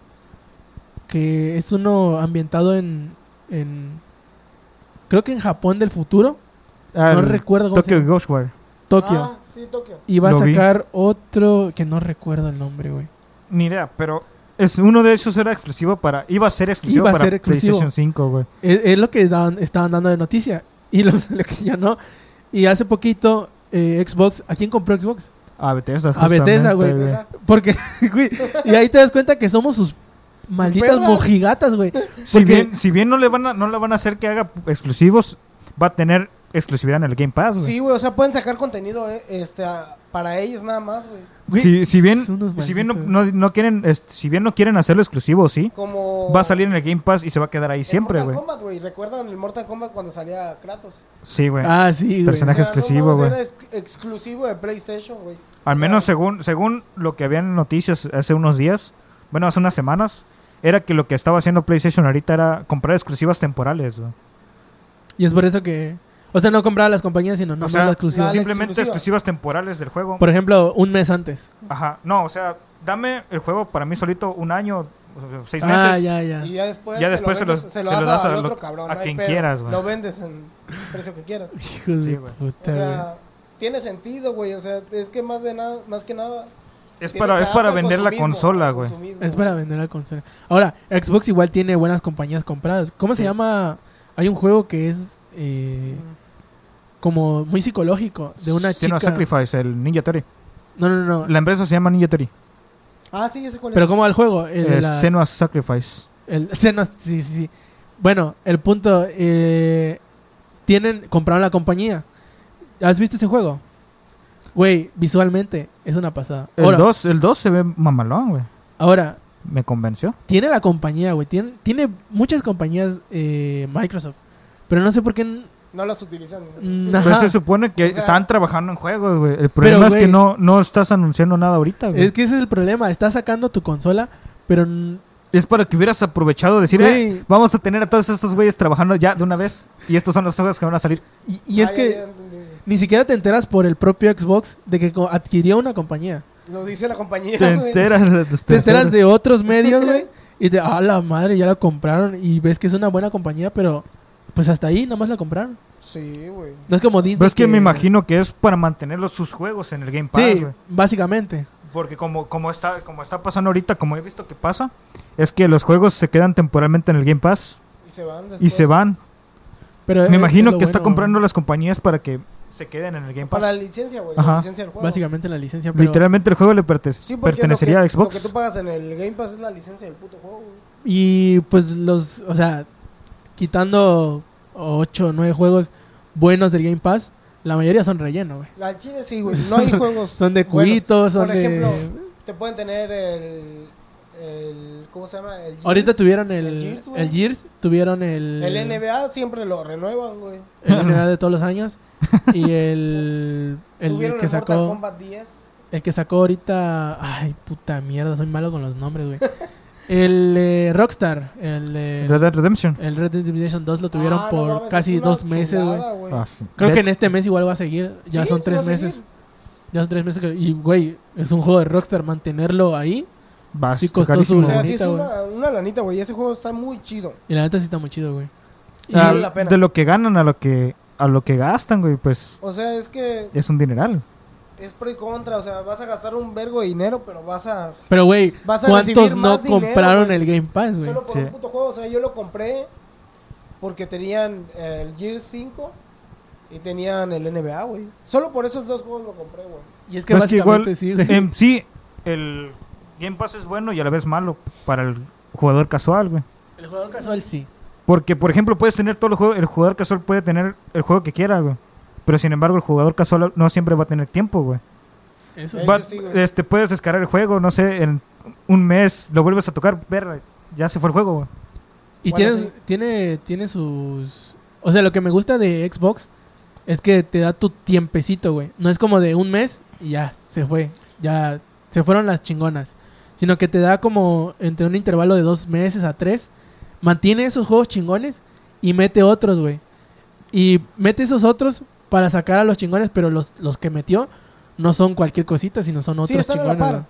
Speaker 2: Que es uno ambientado en. en- creo que en Japón del futuro.
Speaker 3: Ah,
Speaker 2: no
Speaker 3: el
Speaker 2: recuerdo cómo se
Speaker 3: Tokyo
Speaker 2: llama.
Speaker 3: Ghostwire.
Speaker 2: Tokio.
Speaker 4: Ah, sí, Tokio.
Speaker 2: y va a
Speaker 3: lo vi.
Speaker 2: sacar otro que no recuerdo el nombre, güey.
Speaker 3: Ni idea, pero es uno de esos era exclusivo para iba a ser exclusivo
Speaker 2: Iba a
Speaker 3: para
Speaker 2: ser exclusivo.
Speaker 3: PlayStation 5, güey.
Speaker 2: Es, es lo que dan- estaban dando de noticia. Y lo, <laughs> lo que ya no. Y hace poquito, eh, Xbox. ¿A quién compró Xbox?
Speaker 3: A Bethesda.
Speaker 2: A Bethesda, güey.
Speaker 3: justamente,
Speaker 4: Esa-
Speaker 2: Porque, <laughs> güey. Y ahí te das cuenta que somos sus malditas
Speaker 4: perras.
Speaker 2: mojigatas, güey.
Speaker 3: Si
Speaker 2: Porque-
Speaker 3: bien, si bien no le van a, no le van a hacer que haga exclusivos, va a tener exclusividad en el Game Pass, güey.
Speaker 4: Sí, güey, o sea, pueden sacar contenido eh, este, a- para ellos nada más, güey.
Speaker 2: Güey,
Speaker 3: si, si bien,
Speaker 2: son unos
Speaker 3: si bien no,
Speaker 2: malditos.
Speaker 3: no- no quieren, este, si bien no quieren hacerlo exclusivo, sí,
Speaker 4: Como...
Speaker 3: va a salir en el Game Pass y se va a quedar ahí
Speaker 4: en
Speaker 3: siempre,
Speaker 4: Mortal
Speaker 3: güey.
Speaker 4: Kombat, güey. ¿Recuerdan el Mortal Kombat cuando salía Kratos?
Speaker 3: Sí, güey.
Speaker 2: Ah, sí, güey.
Speaker 3: Personaje exclusivo,
Speaker 4: mames,
Speaker 3: güey.
Speaker 4: Era ex- exclusivo de PlayStation, güey.
Speaker 3: Al
Speaker 4: o
Speaker 3: menos
Speaker 4: sea-
Speaker 3: según, según lo que habían noticias hace unos días, bueno, hace unas semanas, era que lo que estaba haciendo PlayStation ahorita era comprar exclusivas temporales, güey.
Speaker 2: Y es por eso que. O sea, no compraba las compañías, sino no
Speaker 3: O sea,
Speaker 2: las exclusivas.
Speaker 4: la-
Speaker 3: simplemente
Speaker 4: exclusiva.
Speaker 3: exclusivas temporales del juego.
Speaker 2: Por ejemplo, un mes antes.
Speaker 3: Ajá, no, o sea, dame el juego para mí solito un año, o sea, seis meses.
Speaker 2: Ah, ya, ya.
Speaker 4: Y ya después,
Speaker 3: Ya después se
Speaker 4: lo, vendes-
Speaker 3: los-
Speaker 4: se lo
Speaker 3: se
Speaker 4: das,
Speaker 3: los das
Speaker 4: a,
Speaker 3: a
Speaker 4: otro
Speaker 3: lo-
Speaker 4: cabrón.
Speaker 3: a
Speaker 4: no hay
Speaker 3: quien
Speaker 4: pedo.
Speaker 3: quieras, güey.
Speaker 4: Lo vendes en el precio que quieras.
Speaker 2: Hijos
Speaker 3: Sí,
Speaker 2: de
Speaker 3: güey.
Speaker 2: puta, güey.
Speaker 4: O sea, tiene sentido, güey. O sea, es que más de nada, más que nada...
Speaker 3: Es
Speaker 4: tiene-
Speaker 3: para-
Speaker 4: se
Speaker 3: es para
Speaker 4: adapta al
Speaker 3: vender la
Speaker 4: consumismo,
Speaker 3: consola,
Speaker 4: al
Speaker 3: güey.
Speaker 4: consumismo,
Speaker 2: Es para vender la consola. Ahora, Xbox igual tiene buenas compañías compradas. ¿Cómo
Speaker 3: Sí.
Speaker 2: se llama? Hay un juego que es eh, como muy psicológico de una
Speaker 3: Tiene
Speaker 2: chica. Ah.
Speaker 3: a Sacrifice, el Ninja Theory.
Speaker 2: No, no, no.
Speaker 3: La empresa se llama Ninja Theory.
Speaker 4: Ah, sí, ese cuál es.
Speaker 2: Pero cómo va el juego? El, de
Speaker 3: Eh,
Speaker 2: la-
Speaker 3: Senua's Sacrifice.
Speaker 2: el- <laughs> Senua- sí, sí, sí. Bueno, el punto eh, tienen compraron la compañía. ¿Has visto ese juego? Güey, visualmente es una pasada.
Speaker 3: El
Speaker 2: Ahora,
Speaker 3: 2 el dos se ve mamalón, güey.
Speaker 2: ahora
Speaker 3: Me convenció.
Speaker 2: tiene la compañía, güey. Tiene, tiene muchas compañías eh, Microsoft. Pero no sé por qué. n-
Speaker 4: No las utilizan. güey. Pues,
Speaker 2: n-
Speaker 3: Pero
Speaker 2: Mm, ajá.
Speaker 3: se supone que
Speaker 4: O sea-
Speaker 3: están trabajando en juegos, güey. El problema es
Speaker 2: güey-
Speaker 3: que no, no estás anunciando nada ahorita, güey.
Speaker 2: Es que ese es el problema. Estás sacando tu consola, pero. n-
Speaker 3: Es para que hubieras aprovechado de decir,
Speaker 2: Güey.
Speaker 3: "Eh, vamos a tener a todos estos güeyes trabajando ya de una vez. Y estos son los juegos que van a salir.
Speaker 2: Y, y es
Speaker 4: Ah, ya,
Speaker 2: que
Speaker 4: ya entendí, güey.
Speaker 2: ni siquiera te enteras por el propio Xbox de que co- adquirió una compañía.
Speaker 4: Lo dice la compañía,
Speaker 3: Te
Speaker 4: güey.
Speaker 3: enteras de tus
Speaker 2: Te enteras
Speaker 3: terceros.
Speaker 2: de otros
Speaker 3: <laughs>
Speaker 2: medios, güey. Y te. Ah, la madre, ya la compraron. Y ves que es una buena compañía, pero. Pues hasta ahí, nada más la compraron.
Speaker 4: Sí, güey.
Speaker 2: No es como Disney.
Speaker 3: Pero es que me imagino que es para mantener los- sus juegos en el Game Pass,
Speaker 2: Sí,
Speaker 3: güey.
Speaker 2: básicamente.
Speaker 3: Porque como, como, está, como está pasando ahorita, como he visto que pasa, es que los juegos se quedan temporalmente en el Game Pass
Speaker 4: Y se van
Speaker 3: y
Speaker 4: después.
Speaker 3: se van.
Speaker 2: Pero
Speaker 4: Eh,
Speaker 2: es-
Speaker 3: Me
Speaker 2: es
Speaker 3: imagino
Speaker 2: lo
Speaker 3: que está
Speaker 2: bueno,
Speaker 3: comprando las compañías para que se queden en el Game
Speaker 4: Para la
Speaker 3: Pass.
Speaker 4: licencia, güey.
Speaker 3: Ajá.
Speaker 4: La licencia del juego.
Speaker 2: Básicamente la licencia. Pero,
Speaker 3: Literalmente el juego le pertene-
Speaker 4: Sí, porque
Speaker 3: pertenecería
Speaker 4: lo que,
Speaker 3: a Xbox.
Speaker 4: Lo que tú pagas en el Game Pass es la licencia del puto juego, güey.
Speaker 2: Y pues los, o sea, quitando 8 o 9 juegos buenos del Game Pass, la mayoría son relleno, güey.
Speaker 4: La Chile sí, güey. No hay juegos.
Speaker 2: <laughs> Son de
Speaker 4: Bueno,
Speaker 2: cubitos, son
Speaker 4: por
Speaker 2: de...
Speaker 4: ejemplo, Te pueden tener el. el ¿Cómo se llama? El Gears.
Speaker 2: Ahorita tuvieron el,
Speaker 4: el
Speaker 2: el,
Speaker 4: Gears,
Speaker 2: Gears,
Speaker 4: güey.
Speaker 2: tuvieron el...
Speaker 4: El NBA siempre lo renuevan, güey.
Speaker 2: el NBA de todos los
Speaker 4: <laughs>
Speaker 2: años. y el... El
Speaker 4: Tuvieron
Speaker 2: que
Speaker 4: el Mortal
Speaker 2: sacó...
Speaker 4: Kombat 10.
Speaker 2: El que sacó ahorita... Ay, puta mierda, soy malo con los nombres, güey. el eh, Rockstar, el... eh,
Speaker 3: Red Dead Redemption.
Speaker 2: el Red Dead Redemption 2 lo tuvieron
Speaker 4: Ah, no
Speaker 2: por
Speaker 4: mames, es
Speaker 2: casi
Speaker 4: una
Speaker 2: dos meses, güey.
Speaker 4: chulada, güey.
Speaker 3: Ah, sí.
Speaker 2: Creo
Speaker 3: Dead-
Speaker 2: que en este mes igual va a seguir. Ya
Speaker 4: Sí,
Speaker 2: son
Speaker 4: sí
Speaker 2: tres
Speaker 4: va a seguir.
Speaker 2: meses. Ya son tres meses. que- y, güey, es un juego de Rockstar. Mantenerlo ahí.
Speaker 3: va,
Speaker 2: sí
Speaker 3: está
Speaker 2: costó
Speaker 3: carísimo.
Speaker 4: O sea, sí es
Speaker 2: Lanita, güey.
Speaker 4: una, una lanita, güey. Ese juego está muy chido.
Speaker 2: Y la neta sí está muy chido, güey. Y-
Speaker 3: Ah,
Speaker 4: vale la pena.
Speaker 3: de lo que ganan a lo que a lo que gastan, güey, pues
Speaker 4: O sea, es que
Speaker 3: es un dineral.
Speaker 4: es pro y contra. O sea, vas a gastar un vergo de dinero, pero vas a
Speaker 2: pero, güey,
Speaker 4: Vas a
Speaker 2: ¿cuántos
Speaker 4: recibir
Speaker 2: no
Speaker 4: más dinero,
Speaker 2: compraron
Speaker 4: güey.
Speaker 2: el Game Pass, güey?
Speaker 4: Solo por
Speaker 3: Sí.
Speaker 4: un puto juego, o sea, yo lo compré porque tenían eh, el Gears 5 y tenían el NBA, güey. Solo por esos dos juegos lo compré, güey.
Speaker 2: Y es que
Speaker 3: Pues que
Speaker 2: básicamente
Speaker 3: igual,
Speaker 2: sí, güey.
Speaker 3: En sí, el Game Pass es bueno y a la vez malo para el jugador casual, güey.
Speaker 2: el jugador casual sí.
Speaker 3: Porque, por ejemplo, puedes tener todos los juegos, el jugador casual puede tener el juego que quiera, güey. Pero sin embargo, el jugador casual no siempre va a tener tiempo, güey.
Speaker 2: Eso
Speaker 4: Eh,
Speaker 2: sí.
Speaker 3: Va-
Speaker 4: hecho, sí, güey.
Speaker 3: este, puedes descargar el juego, no sé, en un mes lo vuelves a tocar, ver, ya se fue el juego, güey.
Speaker 2: Y
Speaker 4: bueno,
Speaker 2: tiene,
Speaker 4: sí.
Speaker 2: tiene, tiene sus... O sea, lo que me gusta de Xbox es que te da tu tiempecito, güey. No es como de un mes y ya, se fue. Ya, se fueron las chingonas. Sino que te da como entre un intervalo de dos meses a tres. Mantiene esos juegos chingones y mete otros, güey. Y mete esos otros para sacar a los chingones, pero los, los que metió no son cualquier cosita, sino son
Speaker 4: Sí,
Speaker 2: otros
Speaker 4: están a la
Speaker 2: chingones.
Speaker 4: par,
Speaker 2: güey.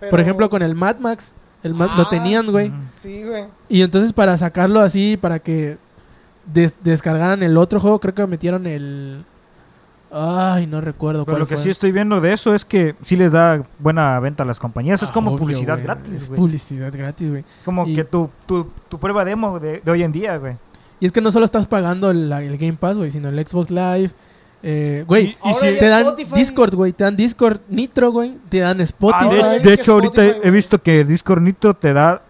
Speaker 4: Pero-
Speaker 2: Por ejemplo, con el Mad Max, el Mad- lo
Speaker 4: Ah.
Speaker 2: tenían, Mm, güey.
Speaker 3: Ujú.
Speaker 4: Sí, güey.
Speaker 2: Y entonces para sacarlo así, para que des- descargaran el otro juego, creo que metieron el... Ay, no recuerdo
Speaker 3: Pero
Speaker 2: cuál
Speaker 3: lo que
Speaker 2: fue.
Speaker 3: sí estoy viendo de eso es que sí les da buena venta a las compañías. es
Speaker 2: Ah,
Speaker 3: como
Speaker 2: obvio,
Speaker 3: publicidad
Speaker 2: güey.
Speaker 3: gratis,
Speaker 2: Es
Speaker 3: güey.
Speaker 2: publicidad gratis, güey.
Speaker 3: Como
Speaker 2: y-
Speaker 3: que tu, tu, tu prueba demo de, de hoy en día, güey.
Speaker 2: Y es que no solo estás pagando el, el Game Pass, güey, sino el Xbox Live. eh, Güey,
Speaker 3: Y- y
Speaker 4: Ahora
Speaker 3: sí.
Speaker 4: ya
Speaker 2: te dan
Speaker 4: Spotify.
Speaker 2: Discord, güey. Te dan Discord Nitro, güey. Te dan
Speaker 3: Ah, de,
Speaker 2: Spotify.
Speaker 4: Ahora
Speaker 3: hecho-
Speaker 4: es
Speaker 3: de
Speaker 4: que
Speaker 3: hecho, ahorita
Speaker 4: Spotify,
Speaker 3: he
Speaker 4: güey.
Speaker 3: visto que Discord Nitro te da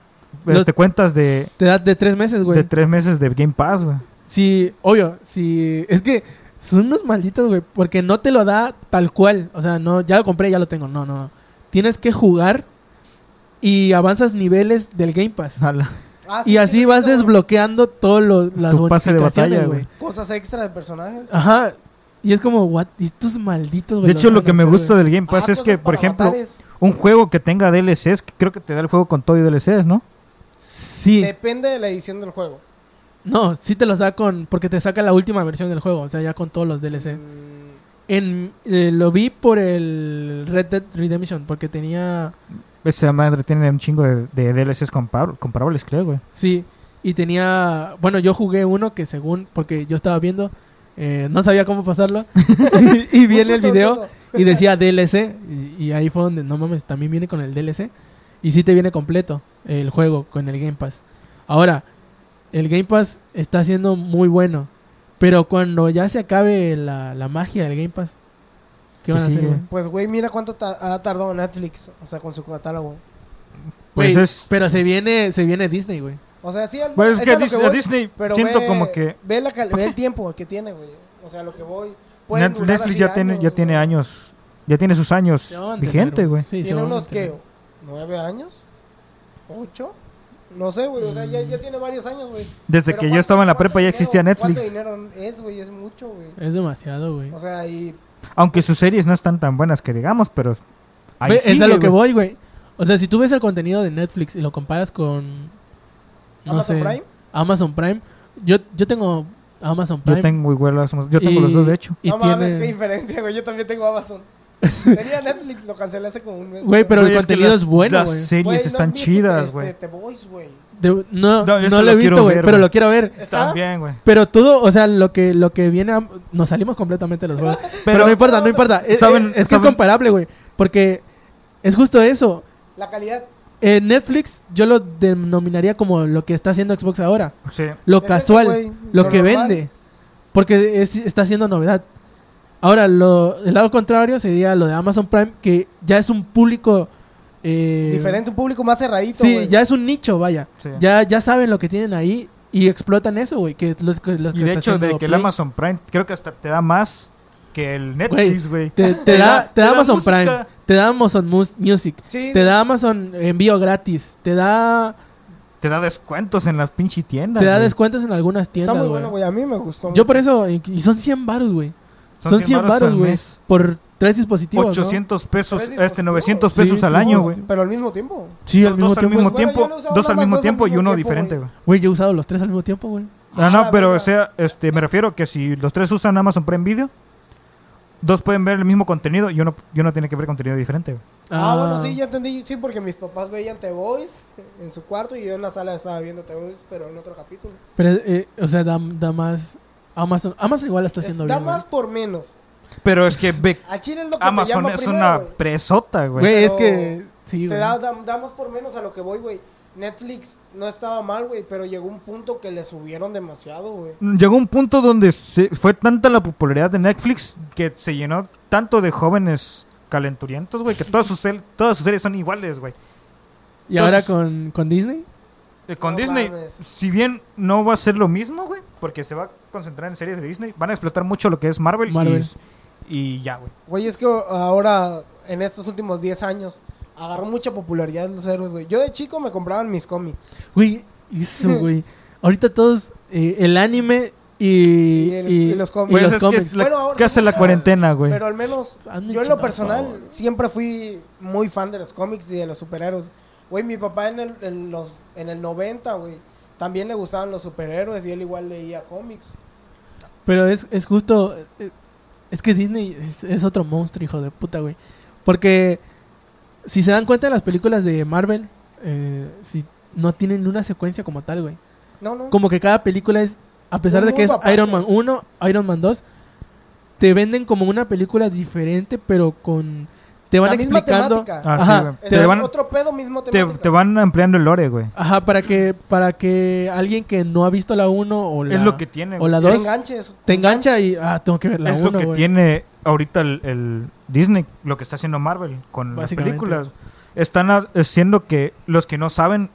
Speaker 2: Los-
Speaker 3: este, cuentas de,
Speaker 2: Te dan de tres meses, güey.
Speaker 3: de tres meses de Game Pass, güey.
Speaker 2: Sí, obvio, sí. Es que son unos malditos, güey. Porque no te lo da tal cual. O sea, no, ya lo compré, ya lo tengo. No, no, no. Tienes que jugar y avanzas niveles del Game Pass.
Speaker 3: Ala.
Speaker 4: Ah, sí,
Speaker 2: Y
Speaker 4: sí,
Speaker 2: así
Speaker 4: lo he
Speaker 2: vas
Speaker 4: visto, güey.
Speaker 2: desbloqueando todos los las
Speaker 3: Tu pase de
Speaker 2: bonificaciones,
Speaker 3: batalla,
Speaker 2: güey.
Speaker 4: Cosas extra de personajes.
Speaker 2: Ajá. Y es como, what? Estos malditos, güey.
Speaker 3: De
Speaker 2: los
Speaker 3: hecho, lo
Speaker 2: van a
Speaker 3: que me
Speaker 2: hacer,
Speaker 3: gusta
Speaker 2: güey.
Speaker 3: del Game Pass
Speaker 4: Ah,
Speaker 3: es que,
Speaker 4: cosas
Speaker 3: por
Speaker 4: para
Speaker 3: ejemplo,
Speaker 4: avatares.
Speaker 3: un juego que tenga DLCs, que creo que te da el juego con todo y DLCs, ¿no?
Speaker 2: Sí.
Speaker 4: Depende de la edición del juego.
Speaker 2: No, sí te los da con... Porque te saca la última versión del juego. O sea, ya con todos los DLC.
Speaker 4: Mm,
Speaker 2: En, eh, lo vi por el Red Dead Redemption. Porque tenía...
Speaker 3: Esa madre tiene un chingo de, de DLCs compar- comparables, creo, güey.
Speaker 2: Sí, y tenía. Bueno, yo jugué uno que según. Porque yo estaba viendo. eh, no sabía
Speaker 3: <laughs>
Speaker 2: cómo pasarlo. <laughs> y, y vi en el
Speaker 4: Tuto,
Speaker 2: video
Speaker 4: tuto.
Speaker 2: y decía DLC. Y, y ahí fue donde, no mames, también viene con el DLC. Y sí te viene completo el juego con el Game Pass. Ahora, el Game Pass está siendo muy bueno. Pero cuando ya se acabe la, la magia del Game Pass,
Speaker 3: ¿Qué
Speaker 2: ¿qué van a hacer?
Speaker 3: sigue?
Speaker 2: güey?
Speaker 4: Pues, güey, mira cuánto ta- ha tardado Netflix. O sea, con su catálogo.
Speaker 3: Pues
Speaker 2: Güey,
Speaker 3: es-
Speaker 2: Pero se viene, se viene Disney, güey.
Speaker 4: O sea, sí, al-
Speaker 3: Pues es
Speaker 4: es
Speaker 3: que
Speaker 4: a lo
Speaker 3: Dis-
Speaker 4: voy,
Speaker 3: Disney
Speaker 4: pero
Speaker 3: siento
Speaker 4: ve-
Speaker 3: como que
Speaker 4: Ve, la cal- ve el tiempo que tiene, güey. O sea, lo que voy. pueden
Speaker 3: Net-
Speaker 4: durar
Speaker 3: Netflix
Speaker 4: así
Speaker 3: ya tiene, ya
Speaker 4: años,
Speaker 3: tiene
Speaker 4: güey.
Speaker 3: años, ya tiene sus años
Speaker 2: Se van a entender,
Speaker 3: vigentes, güey.
Speaker 2: Sí, se
Speaker 4: Tiene
Speaker 2: van a
Speaker 4: unos que,
Speaker 2: entender.
Speaker 4: ¿Nueve años? ¿Ocho? No sé, güey. O sea, ya, ya tiene varios años, güey.
Speaker 3: Desde
Speaker 4: Pero
Speaker 3: que yo
Speaker 4: ¿cuánto-
Speaker 3: estaba en la
Speaker 4: cuánto
Speaker 3: prepa ya
Speaker 4: dinero-
Speaker 3: existía Netflix.
Speaker 4: ¿Cuánto dinero es, güey? Es mucho, güey.
Speaker 2: Es demasiado, güey.
Speaker 4: O sea, y
Speaker 3: Aunque sus series no están tan buenas que digamos, pero ahí
Speaker 2: Ve, es
Speaker 3: sigue,
Speaker 2: a lo que
Speaker 3: güey.
Speaker 2: voy, güey. O sea, si tú ves el contenido de Netflix y lo comparas con. No
Speaker 4: Amazon
Speaker 2: sé,
Speaker 4: Prime.
Speaker 2: Amazon Prime. Yo, yo tengo Amazon Prime.
Speaker 3: Yo tengo muy buenas, yo tengo
Speaker 2: y-
Speaker 3: los dos de hecho.
Speaker 2: Y
Speaker 4: no mames,
Speaker 2: tiene...
Speaker 4: qué diferencia, güey. Yo también
Speaker 2: <laughs>
Speaker 4: tengo Amazon. Tenía Netflix, lo cancelé hace como un mes.
Speaker 2: Güey, pero el
Speaker 3: Güey, es que
Speaker 2: contenido
Speaker 3: las-
Speaker 2: es bueno,
Speaker 3: Las
Speaker 2: güey.
Speaker 3: series
Speaker 4: Güey, ¿no han
Speaker 3: están
Speaker 4: visto,
Speaker 3: chidas,
Speaker 4: este,
Speaker 3: güey.
Speaker 4: The Boys, güey.
Speaker 2: De-
Speaker 3: No, yo
Speaker 2: No, no
Speaker 3: se
Speaker 2: lo he
Speaker 3: lo quiero
Speaker 2: visto, güey,
Speaker 3: ver,
Speaker 2: pero
Speaker 3: güey.
Speaker 2: lo quiero ver.
Speaker 4: ¿Está?
Speaker 3: También, güey.
Speaker 2: Pero todo, o sea, lo que, lo que viene... a- Nos salimos completamente de los juegos. pero, no importa, no importa. Eh, eh,
Speaker 3: ¿Saben-
Speaker 2: es que
Speaker 3: saben-
Speaker 2: es comparable, güey. Porque es justo eso.
Speaker 4: La calidad.
Speaker 2: Eh, Netflix yo lo denominaría como lo que está haciendo Xbox ahora.
Speaker 3: Sí.
Speaker 2: Lo
Speaker 4: Vende,
Speaker 2: casual,
Speaker 4: güey,
Speaker 2: lo
Speaker 4: lo
Speaker 2: que
Speaker 4: normal.
Speaker 2: vende. Porque es- está haciendo novedad. Ahora, lo, el lado contrario sería lo de Amazon Prime, que ya es un público... eh,
Speaker 4: Diferente, un público más cerradito,
Speaker 2: Sí,
Speaker 4: güey.
Speaker 2: ya es un nicho, vaya.
Speaker 3: Sí.
Speaker 2: Ya, ya saben lo que tienen ahí y explotan eso, güey. Que es los, que- los
Speaker 3: Y
Speaker 2: que
Speaker 3: de
Speaker 2: está
Speaker 3: hecho, de
Speaker 2: haciendo
Speaker 3: que el
Speaker 2: Play.
Speaker 3: Amazon Prime creo que hasta te da más que el Netflix, güey.
Speaker 2: Te, te
Speaker 3: <laughs> te
Speaker 2: da,
Speaker 3: da-
Speaker 2: te da
Speaker 3: te da
Speaker 2: Amazon
Speaker 3: música.
Speaker 2: Prime, te da Amazon Mus- Music,
Speaker 4: Sí,
Speaker 2: te da Amazon Envío Gratis, te da,
Speaker 3: Te da descuentos en las pinche tiendas.
Speaker 2: te da
Speaker 3: güey.
Speaker 2: descuentos en algunas
Speaker 4: Está
Speaker 2: tiendas,
Speaker 4: muy
Speaker 2: güey.
Speaker 4: bueno, güey. A mí me gustó.
Speaker 2: Yo
Speaker 4: mucho.
Speaker 2: por eso... Y son 100 baros, güey.
Speaker 3: Son
Speaker 2: Son 100
Speaker 3: 100 varos
Speaker 2: baros,
Speaker 3: al
Speaker 2: güey.
Speaker 3: mes.
Speaker 2: Por tres dispositivos, ¿no?
Speaker 3: 800 pesos,
Speaker 4: Tres
Speaker 3: este,
Speaker 4: dispositivos.
Speaker 3: 900
Speaker 2: Sí,
Speaker 3: pesos al
Speaker 2: tú
Speaker 3: año,
Speaker 2: sabes,
Speaker 3: güey.
Speaker 4: Pero al mismo tiempo.
Speaker 2: Sí, al
Speaker 3: Dos
Speaker 2: mismo tiempo.
Speaker 4: Bueno, yo
Speaker 3: tiempo,
Speaker 4: lo he usado
Speaker 3: dos al
Speaker 4: nada más
Speaker 3: mismo
Speaker 4: dos al
Speaker 3: tiempo y
Speaker 4: mismo
Speaker 3: uno
Speaker 4: tiempo,
Speaker 3: diferente,
Speaker 4: güey.
Speaker 3: güey.
Speaker 2: Güey, yo he usado los tres al mismo tiempo, güey.
Speaker 3: No,
Speaker 4: Ah,
Speaker 3: no, pero
Speaker 4: verga.
Speaker 3: o sea, este, me refiero que si los tres usan Amazon Prime Video, dos pueden ver el mismo contenido y uno, y uno tiene que ver contenido diferente, güey.
Speaker 4: Ah, bueno, sí, ya entendí. Sí, porque mis papás veían The Voice en su cuarto y yo en la sala estaba viendo The Voice, pero en otro capítulo.
Speaker 2: Pero, eh, o sea, da, da más... Amazon, Amazon igual la está haciendo
Speaker 4: da
Speaker 2: bien,
Speaker 4: más
Speaker 2: güey.
Speaker 4: por menos.
Speaker 3: Pero es que ve,
Speaker 4: A Chile es lo que te
Speaker 3: Amazon
Speaker 4: llama
Speaker 3: es
Speaker 4: primero,
Speaker 3: una
Speaker 4: güey.
Speaker 3: presota, güey.
Speaker 2: Güey, es
Speaker 4: Pero
Speaker 2: que... Sí,
Speaker 4: Te
Speaker 2: güey.
Speaker 4: da, da- da más por menos a lo que voy, güey. Netflix no estaba mal, güey, pero llegó un punto que le subieron demasiado, güey.
Speaker 3: Llegó un punto donde se- fue tanta la popularidad de Netflix que se llenó tanto de jóvenes calenturientos, güey, que todas sus, sel- todas sus series son iguales, güey.
Speaker 2: Y ahora
Speaker 3: entonces-
Speaker 2: con, con Disney.
Speaker 3: Eh, Con
Speaker 4: No
Speaker 3: Disney,
Speaker 4: mames.
Speaker 3: si bien no va a ser lo mismo, güey, porque se va a concentrar en series de Disney, van a explotar mucho lo que es Marvel, y-
Speaker 2: Marvel.
Speaker 3: Y, ya, güey.
Speaker 4: Güey, es que ahora, en estos últimos 10 años, agarró mucha popularidad los héroes, güey. Yo de chico me compraban mis cómics.
Speaker 2: Güey,
Speaker 4: <laughs>
Speaker 2: eso, güey. Ahorita todos... eh, el anime y...
Speaker 4: Y el-
Speaker 2: y-
Speaker 4: y los cómics.
Speaker 2: y
Speaker 3: Pues
Speaker 2: los
Speaker 3: es que
Speaker 2: cómics.
Speaker 3: es la,
Speaker 4: Bueno, ahora
Speaker 3: ¿qué hace
Speaker 4: somos
Speaker 3: la
Speaker 4: chavos,
Speaker 3: cuarentena, güey? Ah,
Speaker 4: Pero al menos,
Speaker 2: Hazme
Speaker 4: yo en
Speaker 2: chingar,
Speaker 4: lo
Speaker 2: por
Speaker 4: personal
Speaker 2: favor.
Speaker 4: siempre fui muy fan de los cómics y de los superhéroes. Güey, mi papá en el, en los, en el 90, güey, también le gustaban los superhéroes y él igual leía cómics.
Speaker 2: Pero es, es justo... eh, Es que Disney es, es otro monstruo, hijo de puta, güey. Porque si se dan cuenta de las películas de Marvel, eh, si no tienen una secuencia como tal, güey.
Speaker 4: No, no.
Speaker 2: Como que cada película es, a pesar
Speaker 4: Un
Speaker 2: de que es
Speaker 4: mundo aparte.
Speaker 2: Iron Man 1, Iron Man 2, te venden como una película diferente, pero con... Te van
Speaker 4: La misma
Speaker 2: explicando...
Speaker 4: temática.
Speaker 3: Ah, sí,
Speaker 2: Ajá,
Speaker 3: güey.
Speaker 4: Es
Speaker 2: te
Speaker 3: Te
Speaker 4: el
Speaker 3: van,
Speaker 4: otro pedo mismo
Speaker 3: te,
Speaker 4: temática.
Speaker 3: te van ampliando el lore, güey.
Speaker 2: Ajá, para que, para que alguien que no ha visto la 1 o la,
Speaker 3: Es lo que tiene.
Speaker 2: o la
Speaker 3: güey.
Speaker 4: Te
Speaker 2: 2
Speaker 4: enganches.
Speaker 2: te engancha y... Ah, tengo que ver la
Speaker 3: es
Speaker 2: 1,
Speaker 3: lo que
Speaker 2: güey.
Speaker 3: tiene ahorita el, el Disney, lo que está haciendo Marvel con las
Speaker 2: Básicamente.
Speaker 3: películas. Están a- haciendo que los que no saben,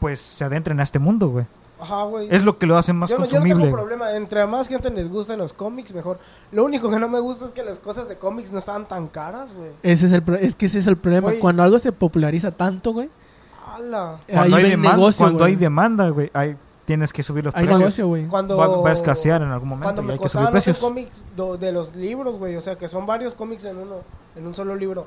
Speaker 3: pues se adentren a este mundo, güey.
Speaker 4: Ajá, güey.
Speaker 3: Es lo que lo hace más
Speaker 4: yo, no- yo no
Speaker 3: consumible.
Speaker 4: tengo problema. Entre más gente les gusten los cómics, mejor. Lo único que no me gusta es que las cosas de cómics no estaban tan caras, güey.
Speaker 2: Ese es, el pro- es que ese es el problema.
Speaker 4: Güey.
Speaker 2: Cuando algo se populariza tanto, güey,
Speaker 4: ¡Hala!
Speaker 3: cuando
Speaker 2: ahí
Speaker 3: hay,
Speaker 2: hay
Speaker 3: demanda,
Speaker 2: negocio,
Speaker 3: cuando
Speaker 2: güey.
Speaker 3: hay demanda, güey, hay- tienes que subir los
Speaker 2: Hay
Speaker 3: precios.
Speaker 2: negocio, güey.
Speaker 4: Cuando,
Speaker 3: Va, va a escasear en algún momento
Speaker 4: Cuando
Speaker 3: y
Speaker 4: me
Speaker 3: hay que subir
Speaker 4: costaban los
Speaker 3: precios.
Speaker 4: cómics do- de los libros, güey. O sea, que son varios cómics en uno, en un solo libro.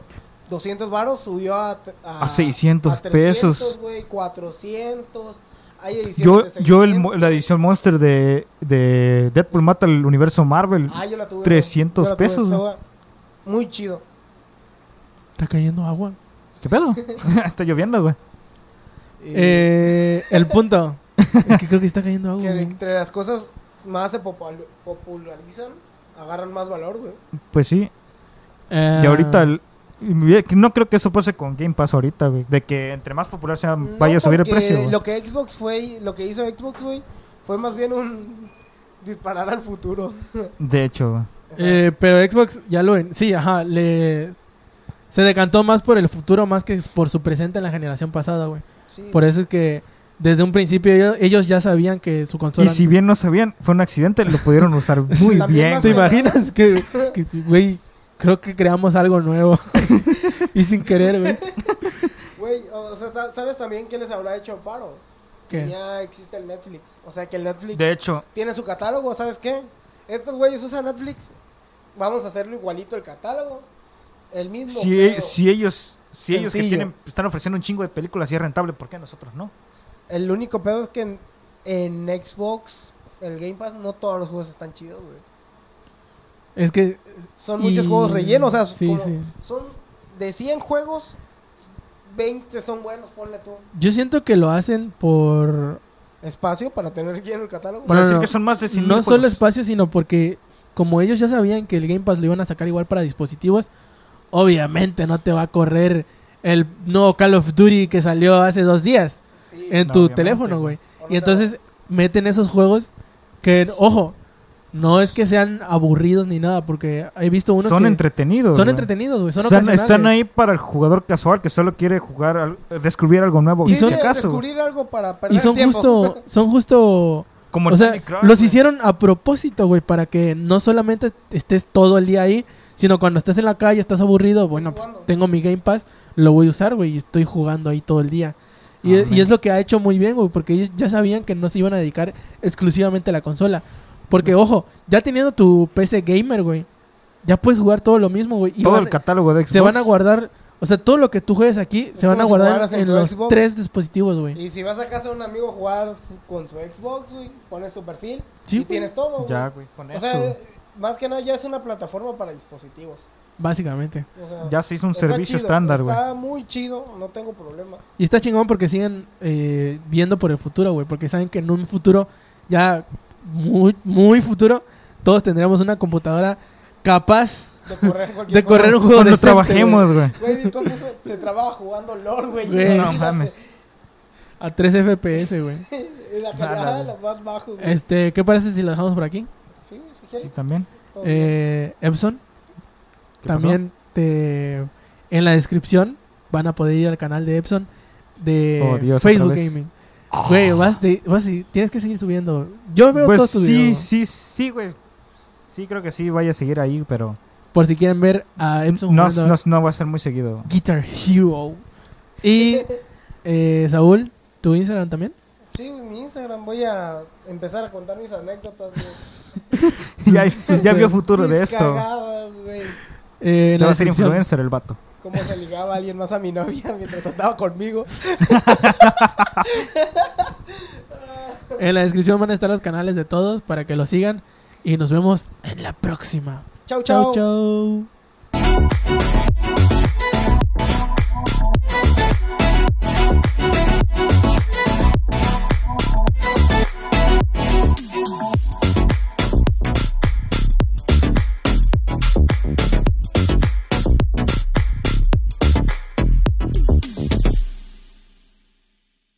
Speaker 4: 200 varos subió a... t-
Speaker 3: A 600 pesos.
Speaker 4: 300, güey, 400. Hay ediciones
Speaker 3: Yo,
Speaker 4: de
Speaker 3: yo el
Speaker 4: 600.
Speaker 3: mo- la edición Monster de, de Deadpool mata el universo Marvel.
Speaker 4: Ah, yo la tuve.
Speaker 3: 300
Speaker 4: yo la tuve,
Speaker 3: pesos, güey.
Speaker 4: estaba Muy chido.
Speaker 2: Está cayendo agua.
Speaker 3: ¿Qué
Speaker 4: <laughs>
Speaker 3: pedo? <laughs> Está lloviendo, güey.
Speaker 4: Y
Speaker 2: Eh, el
Speaker 4: <laughs>
Speaker 2: punto. es que creo que está cayendo agua.
Speaker 4: que
Speaker 2: güey.
Speaker 4: entre las cosas más se popul- popularizan, agarran más valor, güey.
Speaker 3: Pues sí.
Speaker 2: Eh,
Speaker 3: Y ahorita
Speaker 4: Ah.
Speaker 3: el- no creo que eso pase con Game Pass ahorita, güey. De que entre más popular sea,
Speaker 4: No,
Speaker 3: Mm, vaya a subir el
Speaker 4: porque
Speaker 3: precio. güey.
Speaker 4: Lo que Xbox fue, lo que hizo Xbox, güey, fue más bien un disparar al futuro.
Speaker 3: De hecho, güey.
Speaker 4: O sea,
Speaker 2: eh, pero Xbox ya lo ven. Sí, ajá. Le... Se decantó más por el futuro más que por su presente en la generación pasada, güey.
Speaker 4: sí.
Speaker 2: Por eso es que desde un principio ellos, ellos ya sabían que su
Speaker 3: Y
Speaker 2: consola.
Speaker 3: si bien no sabían, fue un accidente, lo pudieron
Speaker 4: <laughs>
Speaker 3: usar muy
Speaker 4: También
Speaker 3: bien.
Speaker 4: más
Speaker 2: ¿Te
Speaker 3: güey.
Speaker 2: imaginas que, que, güey, creo que creamos algo
Speaker 4: <laughs>
Speaker 2: nuevo? <laughs> y sin querer, güey.
Speaker 4: Güey, o sea, ta- ¿sabes también qué les habrá hecho paro? Que
Speaker 2: ¿Qué?
Speaker 4: ya existe el Netflix. O sea, que el Netflix
Speaker 3: De hecho,
Speaker 4: tiene su catálogo, ¿sabes qué? Estos güeyes usan Netflix. Vamos a hacerlo igualito el catálogo. El mismo.
Speaker 3: si,
Speaker 4: pedo.
Speaker 3: si ellos, si ellos que
Speaker 4: Sencillo.
Speaker 3: tienen, están ofreciendo un chingo de películas y es rentable, ¿por qué nosotros no?
Speaker 4: El único pedo es que en, en Xbox, el Game Pass, no todos los juegos están chidos, güey.
Speaker 2: Es que.
Speaker 4: Son
Speaker 2: y-
Speaker 4: muchos juegos rellenos, o sea,
Speaker 2: sí,
Speaker 4: como-
Speaker 2: sí.
Speaker 4: son de 100 juegos, 20 son buenos, ponle tú.
Speaker 2: Yo siento que lo hacen por.
Speaker 4: Espacio para tener aquí en el catálogo.
Speaker 2: Bueno,
Speaker 3: Para decir
Speaker 2: no,
Speaker 3: que son más de 100
Speaker 2: No
Speaker 3: mil
Speaker 2: solo
Speaker 3: juegos.
Speaker 2: espacio, sino porque como ellos ya sabían que el Game Pass lo iban a sacar igual para dispositivos, obviamente no te va a correr el nuevo Call of Duty que salió hace dos días
Speaker 4: Sí.
Speaker 2: en
Speaker 3: No,
Speaker 2: tu
Speaker 3: obviamente,
Speaker 2: teléfono,
Speaker 3: güey.
Speaker 2: güey. Y entonces meten esos juegos que, ojo, no es que sean aburridos ni nada, porque he visto unos
Speaker 3: son
Speaker 2: que
Speaker 3: entretenidos.
Speaker 2: son
Speaker 3: güey.
Speaker 2: entretenidos, güey. Son
Speaker 3: están, están
Speaker 2: ocasionales.
Speaker 3: ahí para el jugador casual que solo quiere jugar, al- descubrir algo nuevo.
Speaker 2: Y
Speaker 3: Y
Speaker 4: Sí,
Speaker 2: son-
Speaker 4: sí,
Speaker 3: si acaso, güey.
Speaker 4: descubrir algo para perder
Speaker 2: Y son
Speaker 4: tiempo.
Speaker 2: justo, son justo
Speaker 3: como
Speaker 2: O
Speaker 3: el
Speaker 2: sea,
Speaker 3: Candy Crush,
Speaker 2: los
Speaker 3: güey.
Speaker 2: hicieron a propósito, güey, para que no solamente estés todo el día ahí, sino cuando estés en la calle, estás aburrido, bueno, pues
Speaker 4: jugando.
Speaker 2: tengo mi Game Pass, lo voy a usar, güey, y estoy jugando ahí todo el día. Y,
Speaker 3: Ah,
Speaker 2: y es lo que ha hecho muy bien, güey, porque ellos ya sabían que no se iban a dedicar exclusivamente a la consola.
Speaker 3: Pues,
Speaker 2: Porque, ojo, ya teniendo tu PC gamer, güey, ya puedes jugar todo lo mismo, güey. y
Speaker 3: Todo
Speaker 2: van-
Speaker 3: el catálogo de Xbox.
Speaker 2: se van a guardar, o sea, todo lo que tú juegues aquí, se van
Speaker 4: como
Speaker 2: a
Speaker 4: si
Speaker 2: guardar
Speaker 4: jugaras
Speaker 2: en,
Speaker 4: en tu
Speaker 2: los
Speaker 4: Xbox.
Speaker 2: tres dispositivos, güey.
Speaker 4: <laughs> Y si vas a casa de un amigo a jugar su- con su Xbox, güey, pones tu perfil
Speaker 2: Sí,
Speaker 4: y
Speaker 2: güey.
Speaker 4: tienes todo, güey.
Speaker 3: Ya, güey, con
Speaker 4: O
Speaker 3: eso.
Speaker 4: sea, más que nada ya es una plataforma para dispositivos.
Speaker 2: Básicamente.
Speaker 4: O sea,
Speaker 3: ya se hizo un
Speaker 4: está
Speaker 3: servicio
Speaker 4: chido,
Speaker 3: estándar, güey.
Speaker 4: Está muy chido, no tengo problema.
Speaker 2: Y está chingón porque siguen eh, viendo por el futuro, güey. Porque saben que en un futuro ya muy, muy futuro, todos tendremos una computadora capaz
Speaker 4: De
Speaker 3: <laughs>
Speaker 4: correr cualquier
Speaker 2: de correr un
Speaker 4: juego.
Speaker 2: juego
Speaker 3: Cuando
Speaker 2: decente,
Speaker 3: trabajemos, güey.
Speaker 4: <laughs> Güey, Discord puso- se trabaja jugando LOL, güey.
Speaker 2: Güey.
Speaker 4: <laughs>
Speaker 3: No mames.
Speaker 2: güey, a 3
Speaker 3: <laughs>
Speaker 2: FPS, güey.
Speaker 4: Y la calidad
Speaker 3: Nada,
Speaker 4: de
Speaker 3: güey.
Speaker 4: la más bajo, güey.
Speaker 2: Este, ¿qué parece si lo dejamos por aquí?
Speaker 4: Sí, güey, si
Speaker 3: Sí,
Speaker 4: quieres.
Speaker 3: también.
Speaker 4: todo bien.
Speaker 2: Eh, Epson,
Speaker 3: ¿Qué pasó?
Speaker 2: también te en la descripción van a poder ir al canal de Epson de
Speaker 3: Oh, Dios,
Speaker 2: Facebook
Speaker 3: otra vez.
Speaker 2: Gaming. Güey, vas de- vas y- tienes que seguir subiendo. Yo veo todo
Speaker 3: Pues
Speaker 2: tu
Speaker 3: sí,
Speaker 2: video.
Speaker 3: sí, sí, güey. Sí, creo que sí, vaya a seguir ahí, pero
Speaker 2: Por si quieren ver a Epson
Speaker 3: no,
Speaker 2: jugando
Speaker 3: no, no va a ser muy seguido. <laughs>
Speaker 2: Guitar Hero. Y eh, Saúl, ¿tu Instagram también?
Speaker 4: Sí, güey, mi Instagram voy a empezar a contar mis anécdotas, güey.
Speaker 3: ya, ya vio futuro
Speaker 4: Mis
Speaker 3: de esto.
Speaker 4: cagadas, güey.
Speaker 2: Eh, en
Speaker 3: Se
Speaker 2: la
Speaker 3: va a ser
Speaker 2: descripción.
Speaker 3: influencer el vato.
Speaker 4: Cómo se ligaba alguien más a mi novia mientras andaba conmigo.
Speaker 2: En la descripción van a estar los canales de todos para que los sigan. Y nos vemos en la próxima.
Speaker 4: Chau, chau.
Speaker 2: Chau, chau.